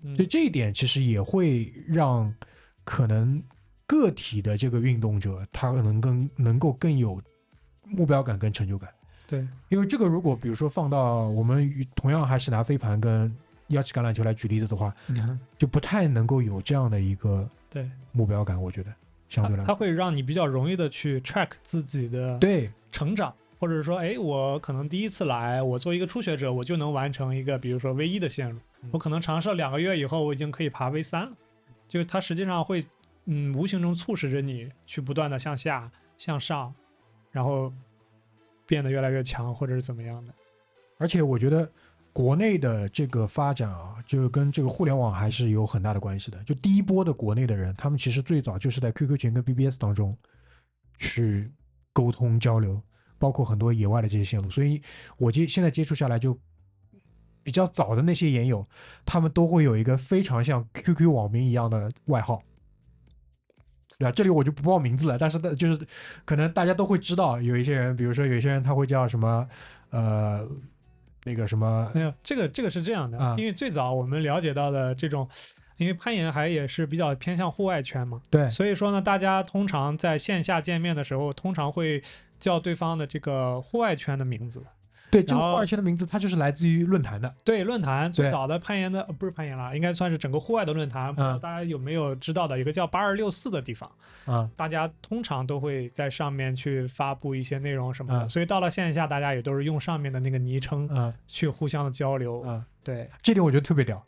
A: 嗯
B: 所以这一点其实也会让可能个体的这个运动者，他能更能够更有目标感跟成就感。
A: 对，
B: 因为这个，如果比如说放到我们与同样还是拿飞盘跟腰旗橄榄球来举例子的话，就不太能够有这样的一个
A: 对
B: 目标感，我觉得相
A: 它
B: 对来
A: 它
B: 说，
A: 会让你比较容易的去 track 自己的
B: 对
A: 成长，或者是说，哎，我可能第一次来，我作为一个初学者，我就能完成一个，比如说 V 一的线路，我可能尝试了两个月以后，我已经可以爬 V 三了，就是它实际上会，嗯，无形中促使着你去不断的向下、向上，然后变得越来越强，或者是怎么样的。
B: 而且我觉得国内的这个发展啊，就是跟这个互联网还是有很大的关系的。就第一波的国内的人，他们其实最早就是在 QQ 群跟 BBS 当中去沟通交流，包括很多野外的这些线路。所以我接现在接触下来就。比较早的那些岩友，他们都会有一个非常像 QQ 网名一样的外号，对吧？啊这里我就不报名字了，但是大就是可能大家都会知道，有一些人，比如说有一些人他会叫什么，呃，那个什么，
A: 没有，哎这个这个是这样的，
B: 啊
A: 因为最早我们了解到的这种，因为攀岩还也是比较偏向户外圈嘛，
B: 对
A: 所以说呢，大家通常在线下见面的时候，通常会叫对方的这个户外圈的名字。
B: 对，这个
A: 然后
B: 画圈的名字它就是来自于论坛的，
A: 对，论坛
B: 对
A: 最早的攀岩的、呃不是攀岩了，应该算是整个户外的论坛。不知道
B: 嗯
A: 大家有没有知道的一个叫八二六四的地方？
B: 啊、
A: 大家通常都会在上面去发布一些内容什么的，
B: 嗯
A: 所以到了线下，大家也都是用上面的那个昵称
B: 嗯、啊、
A: 去互相的交流。
B: 嗯、
A: 对，
B: 这点我觉得特别屌，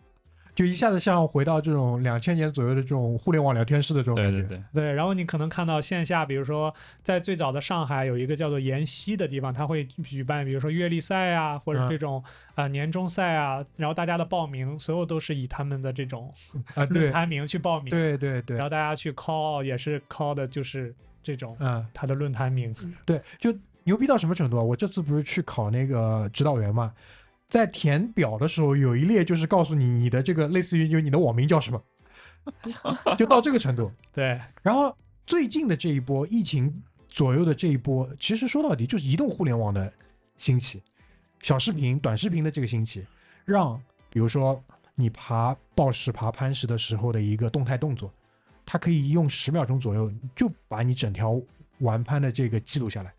B: 就一下子像回到这种两千年左右的这种互联网聊天室的这种感
D: 对
B: 觉，
D: 对对，
A: 对，然后你可能看到线下，比如说在最早的上海有一个叫做研溪的地方，它会举办，比如说阅历赛啊，或者
B: 嗯
A: 这种啊、呃年终赛啊，然后大家的报名，所有都是以他们的这种
B: 啊，
A: 论
B: 对
A: 坛名去报名，
B: 对对对
A: 然，后大家去 call 也是 call 的就是这种
B: 嗯、
A: 他的论坛名，
B: 对，就牛逼到什么程度啊？我这次不是去考那个指导员嘛，在填表的时候有一列就是告诉你你的这个类似于就你的网名叫什么，就到这个程度。
A: 对
B: 然后最近的这一波疫情左右的这一波，其实说到底就是移动互联网的兴起，小视频、短视频的这个兴起，让比如说你爬抱石、爬攀石的时候的一个动态动作，它可以用十秒钟左右就把你整条玩攀的这个记录下来。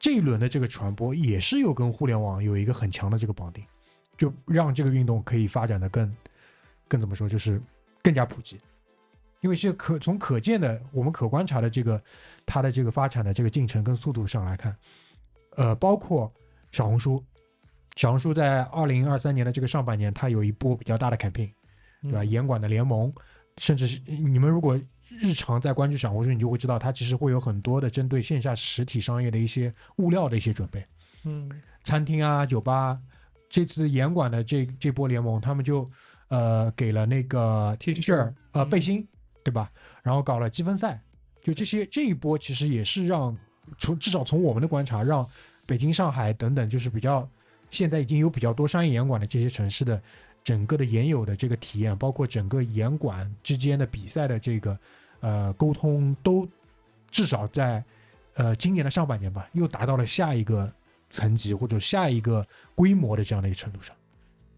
B: 这一轮的这个传播也是有跟互联网有一个很强的这个绑定，就让这个运动可以发展的更更怎么说，就是更加普及。因为是可从可见的我们可观察的这个它的这个发展的这个进程跟速度上来看，呃，包括小红书，小红书在二零二三年的这个上半年，它有一波比较大的 campaign，对吧？
A: 嗯
B: 严管的联盟，甚至是你们如果日常在关注小红书，你就会知道它其实会有很多的针对线下实体商业的一些物料的一些准备，
A: 嗯
B: 餐厅啊、酒吧啊。这次严管的这这波联盟，他们就呃给了那个
A: T 恤
B: 呃
A: 嗯
B: 背心，对吧？然后搞了积分赛，就这些这一波其实也是让从至少从我们的观察，让北京、上海等等就是比较现在已经有比较多商业严管的这些城市的整个的研友的这个体验，包括整个严管之间的比赛的这个呃沟通，都至少在呃今年的上半年吧，又达到了下一个层级或者下一个规模的这样的一个程度上。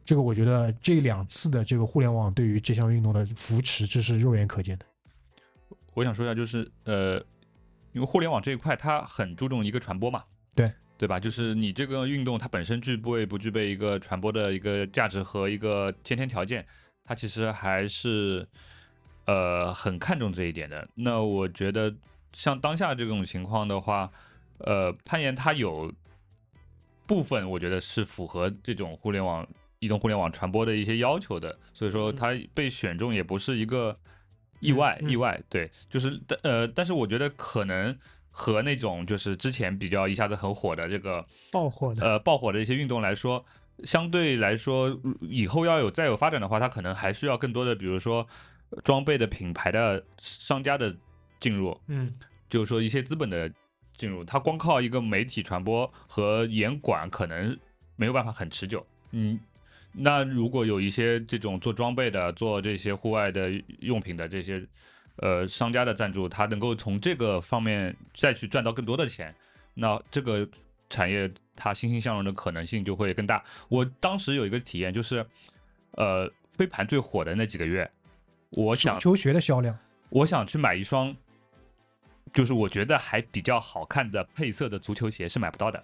B: 这个我觉得这两次的这个互联网对于这项运动的扶持，这是肉眼可见的。
D: 我想说一下，就是呃，因为互联网这一块它很注重一个传播嘛，
B: 对
D: 对吧？就是你这个运动它本身具备不具备一个传播的一个价值和一个先天条件，它其实还是呃很看重这一点的。那我觉得像当下这种情况的话，呃，攀岩它有部分我觉得是符合这种互联网、移动互联网传播的一些要求的，所以说它被选中也不是一个意外，
B: 嗯嗯嗯
D: 意外对，就是但呃，但是我觉得可能和那种就是之前比较一下子很火的这个
A: 爆火的，
D: 呃爆火的一些运动来说，相对来说如以后要有再有发展的话，它可能还需要更多的，比如说装备的品牌的商家的进入，
A: 嗯
D: 就是说一些资本的进入，它光靠一个媒体传播和严管可能没有办法很持久。嗯，那如果有一些这种做装备的、做这些户外的用品的这些呃商家的赞助，它能够从这个方面再去赚到更多的钱，那这个产业它欣欣向荣的可能性就会更大。我当时有一个体验就是，呃，飞盘最火的那几个月，我想
B: 求学的销量，
D: 我想去买一双，就是我觉得还比较好看的配色的足球鞋是买不到的。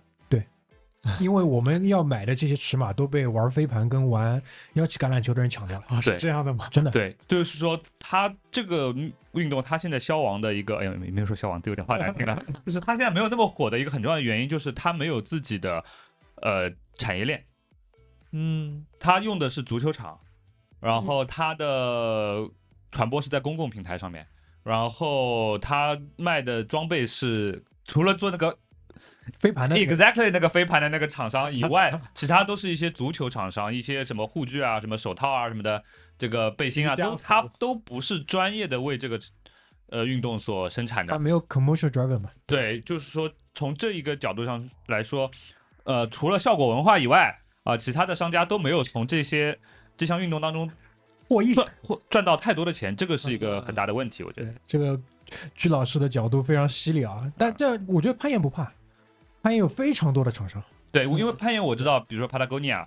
B: 因为我们要买的这些尺码都被玩飞盘跟玩腰旗橄榄球的人抢掉了，
A: 啊是
D: 对
A: 这样的吗？
B: 真的。
D: 对，就是说它这个运动，它现在消亡的一个，哎呀，没没有说消亡，这有点话难 听了。就是它现在没有那么火的一个很重要的原因，就是它没有自己的呃产业链，
A: 嗯
D: 它用的是足球场，然后它的传播是在公共平台上面，然后它卖的装备是除了做那个
B: 飞盘的
D: exactly 那个飞盘的那个厂商 以外，其他都是一些足球厂商，一些什么护具啊、什么手套啊、什么的，这个背心啊，
A: 瑜伽
D: 都
A: 服
D: 它都不是专业的为这个呃运动所生产
B: 它
D: 的。
B: 没有 commercial driver 嘛，
D: 对，就是说从这一个角度上来说，呃，除了效果文化以外，啊、其他的商家都没有从这些这项运动当中
B: 获益。
D: 赚或赚到太多的钱，这个是一个很大的问题，我觉得
A: 嗯
B: 对。，这个鞠老师的角度非常犀利啊，但这我觉得攀岩不怕，攀岩有非常多的厂商，
D: 对，因为攀岩我知道，比如说 Patagonia，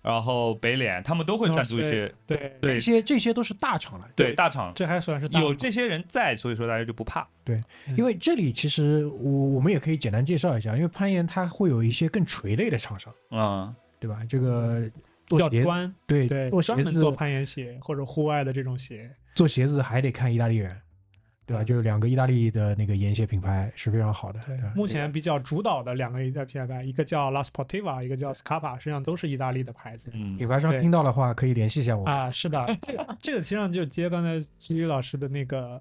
D: 然后北脸，他们都会
A: 哦
D: 赞助一
A: 对
D: 些
A: 对
D: 对
B: 这些这些都是大厂了。
D: 对大厂。
A: 这还算是大
D: 有
A: 厂
D: 这些人在，所以说大家就不怕。嗯
B: 因为这里其实我我们也可以简单介绍一下，因为攀岩它会有一些更垂类的厂商，
D: 嗯，
B: 对吧？这个
A: 比
B: 做
A: 较
B: 鞋
A: 专，
B: 对
A: 对，
B: 做
A: 专
B: 鞋
A: 门
B: 子
A: 做攀岩鞋或者户外的这种鞋，
B: 做鞋子还得看意大利人，对吧？
A: 嗯
B: 就是两个意大利的那个岩鞋品牌是非常好的，对吧？
A: 目前比较主导的两个一个品牌，一个叫 La Sportiva，一个叫 Scarpa，实际上都是意大利的牌子。
D: 嗯
B: 品牌商
A: 对
B: 听到的话可以联系一下我。
A: 啊，是的，这个这个实际上就接刚才徐宇老师的那个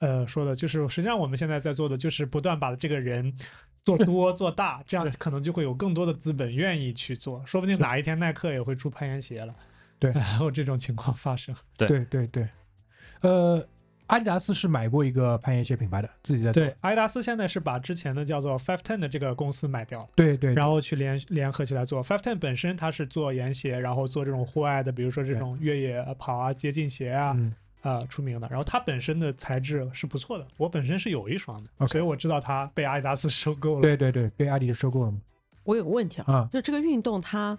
A: 呃说的，就是实际上我们现在在做的就是不断把这个人做多做大，这样可能就会有更多的资本愿意去做，说不定哪一天耐克也会出攀岩鞋了。
B: 对
A: 然后这种情况发生。
B: 对对对，呃，阿迪达斯是买过一个攀岩鞋品牌的，自己在做。
A: 对，阿迪达斯现在是把之前的叫做 Five Ten 的这个公司买掉了。
B: 对对对
A: 然后去联联合起来做。Five Ten 本身它是做岩鞋，然后做这种户外的，比如说这
B: 对
A: 种越野跑啊、接近鞋啊，
B: 嗯，
A: 呃出名的。然后它本身的材质是不错的，我本身是有一双的
B: OK
A: 所以我知道它被阿迪达斯 收购了。
B: 对对对，被阿迪收购了嘛？
C: 我有个问题啊，
B: 啊，
C: 就这个运动它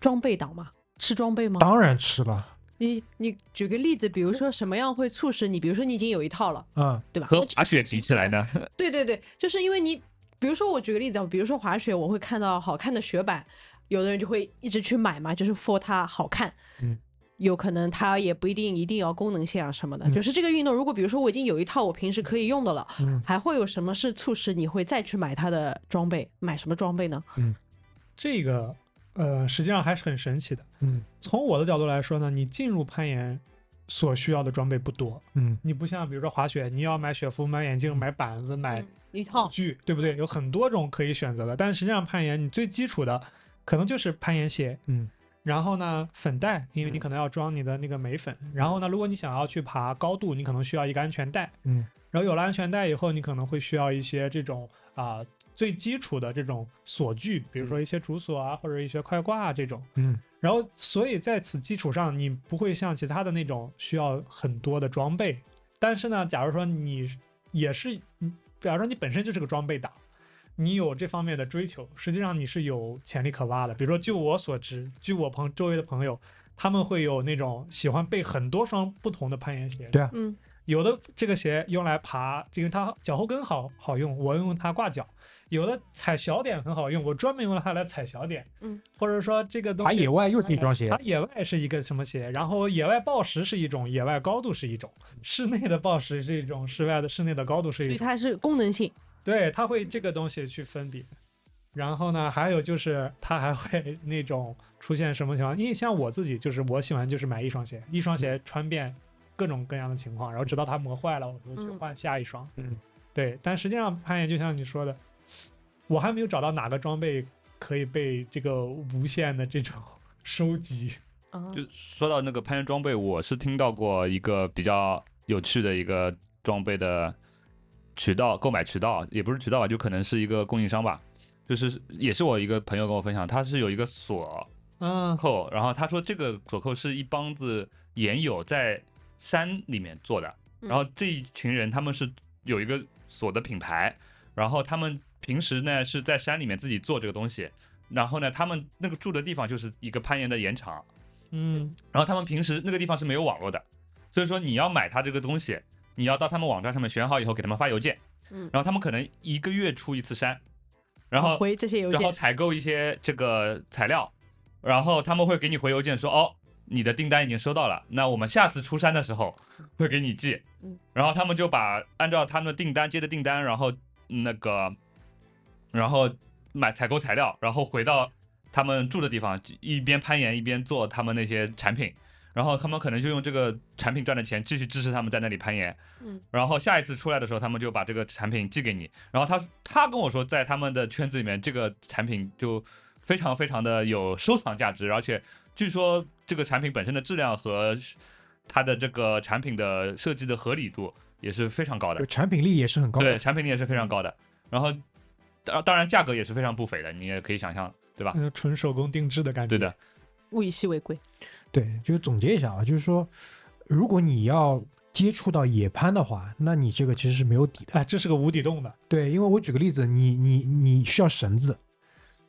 C: 装备党嘛，吃装备吗？
B: 当然吃了，
C: 你你举个例子，比如说什么样会促使你？比如说你已经有一套了，
B: 嗯，
C: 对吧？
D: 和滑雪比起来呢，
C: 对对对，就是因为你，比如说我举个例子啊，比如说滑雪，我会看到好看的雪板，有的人就会一直去买嘛，就是 for 它好看。
B: 嗯。
C: 有可能它也不一定一定要功能性啊什么的，
B: 嗯
C: 就是这个运动，如果比如说我已经有一套我平时可以用的了，
B: 嗯
C: 还会有什么是促使你会再去买它的装备？买什么装备呢？
A: 这个呃，实际上还是很神奇的。
B: 嗯
A: 从我的角度来说呢，你进入攀岩所需要的装备不多，
B: 嗯
A: 你不像比如说滑雪，你要买雪服、买眼镜、买板子、买
C: 嗯一套
A: 具，对不对？有很多种可以选择的。但实际上攀岩，你最基础的可能就是攀岩鞋，
B: 嗯
A: 然后呢粉袋，因为你可能要装你的那个镁粉。然后呢，如果你想要去爬高度，你可能需要一个安全带。
B: 嗯
A: 然后有了安全带以后，你可能会需要一些这种啊、最基础的这种锁具，比如说一些主锁啊，或者一些快挂啊这种。
B: 嗯
A: 然后，所以在此基础上，你不会像其他的那种需要很多的装备。但是呢，假如说你也是，嗯比方说你本身就是个装备党，你有这方面的追求，实际上你是有潜力可挖的。比如说，据我所知，据我朋周围的朋友，他们会有那种喜欢备很多双不同的攀岩鞋。
B: 对啊
C: 嗯，
A: 有的这个鞋用来爬，因为它脚后跟好好用，我用它挂脚；有的踩小点很好用，我专门用它来踩小点。
C: 嗯，
A: 或者说这个东
B: 爬
A: 西
B: 野外又是一双鞋
A: 它，野外是一个什么鞋？然后野外暴食是一种，野外高度是一种，室内的暴食是一种，室外的室内的高度是
C: 所
A: 一
C: 以
A: 种。
C: 它是功能性。
A: 对，它会这个东西去分别。然后呢，还有就是它还会那种出现什么情况？因为像我自己，就是我喜欢就是买一双鞋，一双鞋穿遍各种各样的情况，然后直到它磨坏了，我就去
C: 嗯
A: 换下一双。
B: 嗯，
A: 对。但实际上攀岩就像你说的，我还没有找到哪个装备可以被这个无限的这种 收集。
C: 啊
D: 就说到那个攀岩装备，我是听到过一个比较有趣的一个装备的渠道，购买渠道也不是渠道吧，就可能是一个供应商吧。就是也是我一个朋友跟我分享，他是有一个锁
A: 嗯
D: 扣，然后他说这个锁扣是一帮子岩友在山里面做的，
C: 嗯
D: 然后这一群人他们是有一个锁的品牌，然后他们平时呢是在山里面自己做这个东西，然后呢他们那个住的地方就是一个攀岩的岩场，
A: 嗯，
D: 然后他们平时那个地方是没有网络的，所以说你要买他这个东西，你要到他们网站上面选好以后给他们发邮件，
C: 嗯哦
D: 然后他们可能一个月出一次山，然后
C: 回这些邮
D: 然后
C: 件，
D: 采购一些这个材料，然后他们会给你回邮件说哦，你的订单已经收到了，那我们下次出山的时候会给你寄
C: 嗯，
D: 然后他们就把按照他们的订单接的订单，然后那个，然后买采购材料，然后回到他们住的地方，一边攀岩一边做他们那些产品。然后他们可能就用这个产品赚的钱继续支持他们在那里攀岩，
C: 嗯，
D: 然后下一次出来的时候，他们就把这个产品寄给你。然后他他跟我说，在他们的圈子里面，这个产品就非常非常的有收藏价值，而且据说这个产品本身的质量和它的这个产品的设计的合理度也是非常高的
B: 就，产品力也是很高
D: 对，
B: 的。
D: 产品力也是非常高的。然后当当然价格也是非常不菲的，你也可以想象，对吧？
A: 嗯，纯手工定制的感觉。
D: 对的，
C: 物以稀为贵。
B: 对，就是总结一下啊，就是说，如果你要接触到野攀的话，那你这个其实是没有底的。
A: 哎，这是个无底洞的。
B: 对，因为我举个例子，你你你需要绳子，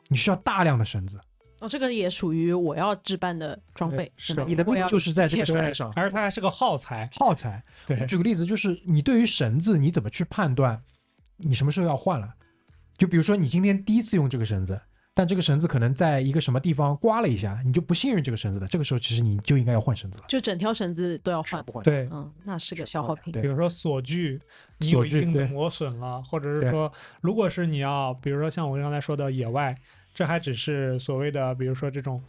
B: 你需要大量的绳子，
C: 哦，这个也属于我要置办的装备，
A: 是
C: 吧
A: 的
B: 你的
C: 我
B: 命
C: 要
B: 就是在这个
C: 对
B: 绳子上。
A: 而它还是个耗材。
B: 耗材，
A: 对
B: 我举个例子，就是你对于绳子，你怎么去判断你什么时候要换了？就比如说你今天第一次用这个绳子，但这个绳子可能在一个什么地方刮了一下，你就不信任这个绳子了。这个时候其实你就应该要换绳子了，
C: 就整条绳子都要
B: 换
C: 换。
B: 不换？
A: 对，
C: 嗯，那是
B: 是
C: 个消
B: 换
C: 耗
B: 的
C: 品。
B: 对
A: 比如说锁具，你有一
B: 锁具
A: 定的
B: 对
A: 磨损了，或者是
B: 对
A: 说，如果是你要，比如说像我刚才说的野外，这还只是所谓的，比如说这种，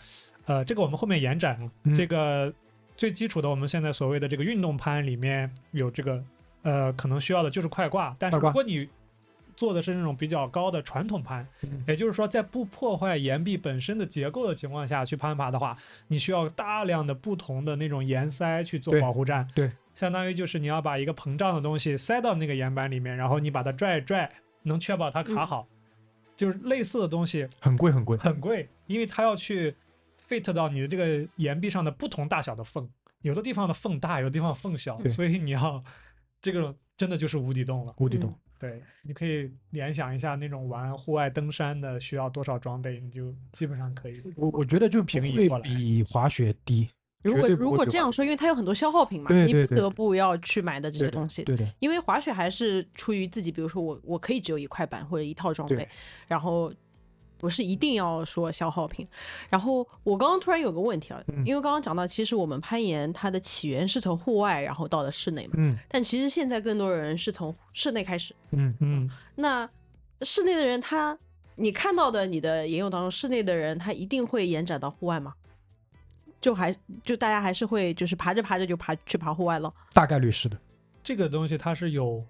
A: 呃，这个我们后面延展啊，
B: 嗯
A: 这个最基础的，我们现在所谓的这个运动攀里面有这个，呃，可能需要的就是快挂，但是
B: 快挂
A: 如果你做的是那种比较高的传统攀
B: 嗯，
A: 也就是说在不破坏岩壁本身的结构的情况下去攀爬的话，你需要大量的不同的那种岩塞去做
B: 对
A: 保护站，
B: 对
A: 相当于就是你要把一个膨胀的东西塞到那个岩板里面，然后你把它拽一拽，能确保它
B: 嗯
A: 卡好。就是类似的东西
B: 很贵 很贵。
A: 很贵，因为它要去 fit 到你的这个岩壁上的不同大小的缝，有的地方的缝大，有的地方缝小，
B: 对
A: 所以你要这个真的就是无底洞了。
B: 无底洞。
A: 对，你可以联想一下那种玩户外登山的需要多少装备，你就基本上可以。
B: 我我觉得就不
A: 平移
B: 会
A: 过来
B: 比滑雪低，
C: 如
B: 绝
C: 果
B: 对不
C: 如
B: 会
C: 果
B: 比
C: 这
B: 滑
C: 样说，因为它有很多消耗品嘛，
B: 对对
C: 你不
B: 对
C: 得不要去买的这些
B: 对
C: 东西。
B: 对的，
C: 因为滑雪还是出于自己，比如说我我可以只有一块板或者一套装备
B: 对，
C: 然后不是一定要说消耗品。然后我刚刚突然有个问题啊，
B: 嗯
C: 因为刚刚讲到，其实我们攀岩它的起源是从户外，然后到了室内嘛，
B: 嗯
C: 但其实现在更多人是从室内开始。
B: 嗯
A: 嗯，
C: 那室内的人他，你看到的你的研友当中，室内的人他一定会延展到户外吗？就还就大家还是会就是爬着爬着就爬去爬户外了，
B: 大概率是的，
A: 这个东西它是有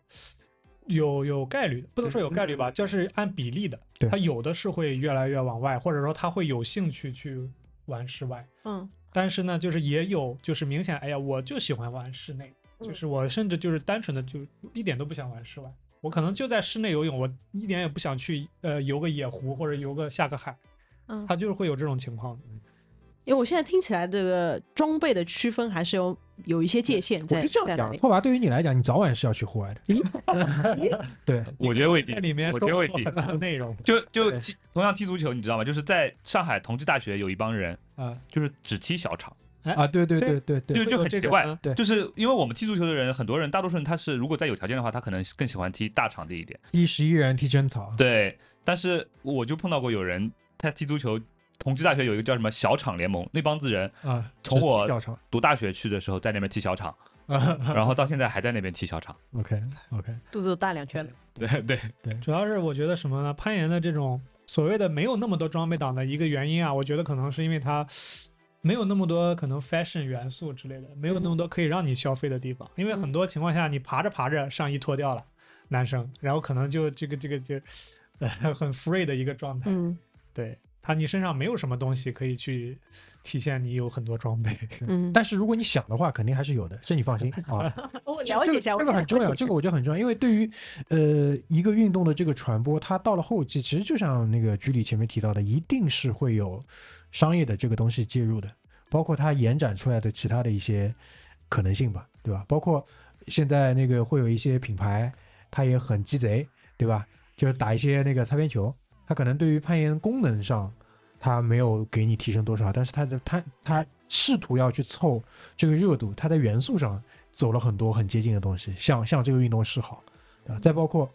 A: 有有概率的，不能说有概率吧，就是按比例的。
B: 嗯对
A: 它有的是会越来越往外，或者说他会有兴趣去玩室外，
C: 嗯，
A: 但是呢，就是也有就是明显，哎呀，我就喜欢玩室内，就是我甚至就是单纯的就一点都不想玩室外，我可能就在室内游泳，我一点也不想去呃游个野湖或者游个下个海，
C: 嗯
A: 他就是会有这种情况。
D: 嗯
C: 因为我现在听起来这个装备的区分还是有有一些界限
B: 我
C: 在
B: 就这
C: 在
B: 样
C: 哪
B: 讲，
C: 里，
B: 拓跋对于你来讲，你早晚是要去户外的， 对，
D: 我觉得未必
A: 在，里面
D: 我
A: 说
D: 觉得未
A: 过
D: 必
A: 很。多内容，
D: 就就
B: 对
D: 踢同样踢足球，你知道吗？就是在上海同济大学有一帮人，
B: 啊
D: 就是只踢小场，
B: 啊，对对对对
D: 就
B: 对，
A: 会
D: 就
A: 有
D: 很
A: 这
D: 奇
A: 种
D: 怪
A: 嗯。
B: 对
D: 就是因为我们踢足球的人，很多人，大多数人他是如果再有条件的话，他可能更喜欢踢大场地一点。
B: 一十一人踢真草，
D: 对，但是我就碰到过有人他踢足球，同济大学有一个叫什么小场联盟，那帮子人
A: 嗯
B: 啊，
D: 从我
B: 调查
D: 读大学去的时候在那边踢 小场，然后到现在还在那边踢小场。
B: ，OK OK，
C: 肚子都大两圈了。
D: 对对，
A: 主要是我觉得什么呢？攀岩的这种所谓的没有那么多装备党的一个原因啊，我觉得可能是因为它没有那么多可能 fashion 元素之类的，没有那么多可以让你消费的地方。因为很多情况下，你爬着爬着上衣脱掉了，男生，然后可能就这个这个就呃很 free 的一个状态。
C: 嗯
A: 对他，你身上没有什么东西可以去体现你有很多装备。
C: 嗯，
B: 但是如果你想的话，肯定还是有的，这你放 心啊。
C: 我
B: 这个这个很重要，这个我觉得很重要，因为对于呃一个运动的这个传播，它到了后期，其实就像那个居里前面提到的，一定是会有商业的这个东西介入的，包括它延展出来的其他的一些可能性吧，对吧？包括现在那个会有一些品牌，它也很鸡贼，对吧？就是打一些那个擦边球，它可能对于攀岩功能上，它没有给你提升多少，但是它的它它试图要去凑这个热度，它在元素上走了很多很接近的东西，向向这个运动示好，对吧？再包括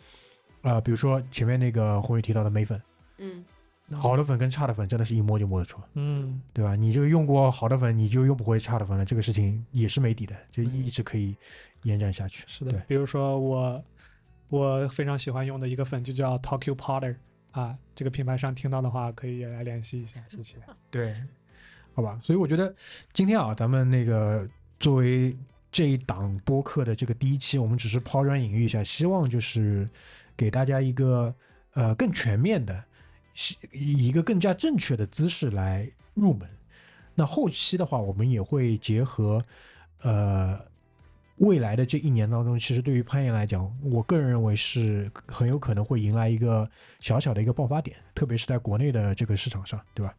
B: 啊、呃比如说前面那个红宇提到的眉粉，
C: 嗯
B: 好的粉跟差的粉真的是一摸就摸得出，
A: 嗯，
B: 对吧？你就用过好的粉，你就用不回差的粉了，这个事情也是没底的，就一直可以延展下去。
A: 是的
B: 对，
A: 比如说我我非常喜欢用的一个粉就叫 Tokyo Powder 啊，这个品牌商听到的话可以也来联系一下，谢谢。
B: 对，好吧，所以我觉得今天啊，咱们那个作为这一档播客的这个第一期，我们只是抛砖引玉一下，希望就是给大家一个呃更全面的，是以一个更加正确的姿势来入门。那后期的话，我们也会结合呃未来的这一年当中，其实对于攀岩来讲，我个人认为是很有可能会迎来一个小小的一个爆发点，特别是在国内的这个市场上，对吧？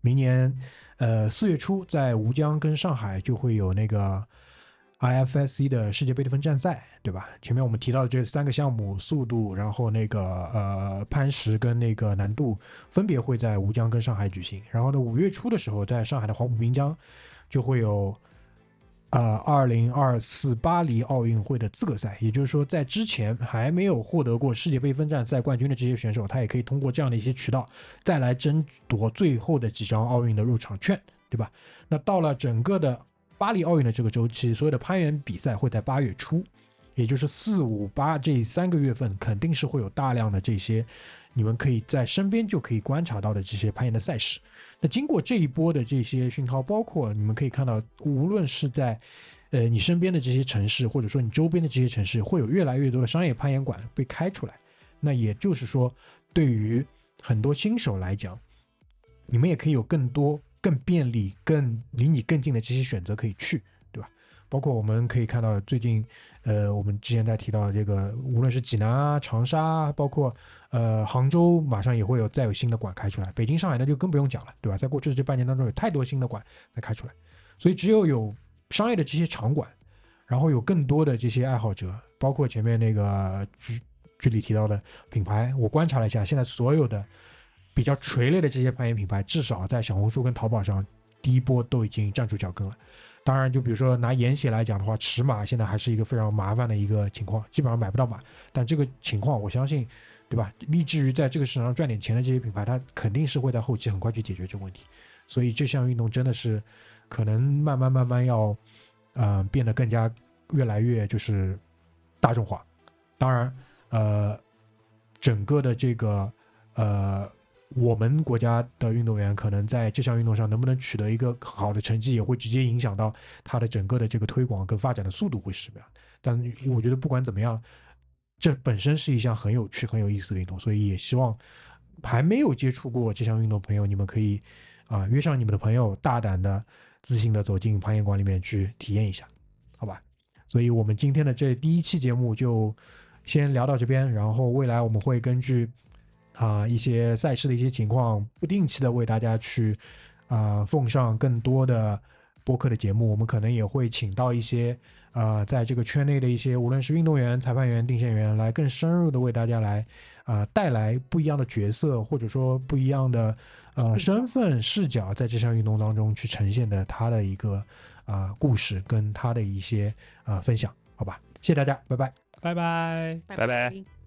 B: 明年呃四月初在吴江跟上海就会有那个 IFSC 的世界杯得分战赛，对吧？前面我们提到的这三个项目，速度，然后那个呃攀石跟那个难度，分别会在吴江跟上海举行。然后呢，五月初的时候，在上海的黄浦滨江就会有。呃，二零二四巴黎奥运会的资格赛，也就是说，在之前还没有获得过世界杯分站赛冠军的这些选手，他也可以通过这样的一些渠道，再来争夺最后的几张奥运的入场券，对吧？那到了整个的巴黎奥运的这个周期，所有的攀岩比赛会在八月初，也就是四五八这三个月份，肯定是会有大量的这些你们可以在身边就可以观察到的这些攀岩的赛事。那经过这一波的这些熏陶，包括你们可以看到，无论是在呃你身边的这些城市，或者说你周边的这些城市，会有越来越多的商业攀岩馆被开出来。那也就是说，对于很多新手来讲，你们也可以有更多、更便利、更离你更近的这些选择可以去，对吧？包括我们可以看到最近，呃，我们之前在提到的这个，无论是济南啊、长沙啊，包括呃杭州，马上也会有再有新的馆开出来。北京、上海那就更不用讲了，对吧？在过去的这半年当中，有太多新的馆在开出来，所以只有有商业的这些场馆，然后有更多的这些爱好者，包括前面那个居剧里提到的品牌，我观察了一下，现在所有的比较垂类的这些攀岩品牌，至少在小红书跟淘宝上，第一波都已经站住脚跟了。当然，就比如说拿岩鞋来讲的话，尺码现在还是一个非常麻烦的一个情况，基本上买不到码。但这个情况，我相信，对吧？立志于在这个市场上赚点钱的这些品牌，它肯定是会在后期很快去解决这个问题。所以这项运动真的是可能慢慢慢慢要，呃，变得更加越来越就是大众化。当然，呃，整个的这个呃，我们国家的运动员可能在这项运动上能不能取得一个好的成绩，也会直接影响到它的整个的这个推广跟发展的速度会是什么样。但我觉得不管怎么样，这本身是一项很有趣、很有意思的运动，所以也希望还没有接触过这项运动的朋友，你们可以啊、约上你们的朋友，大胆的、自信的走进攀岩馆里面去体验一下，好吧？所以我们今天的这第一期节目就先聊到这边，然后未来我们会根据啊、一些赛事的一些情况，不定期的为大家去啊、奉上更多的播客的节目，我们可能也会请到一些呃在这个圈内的一些无论是运动员、裁判员、定线员来更深入的为大家来啊、带来不一样的角色或者说不一样的呃身份视角，在这项运动当中去呈现的他的一个啊、故事跟他的一些啊、分享，好吧，谢谢大家，拜拜。
A: 拜拜。
D: 拜拜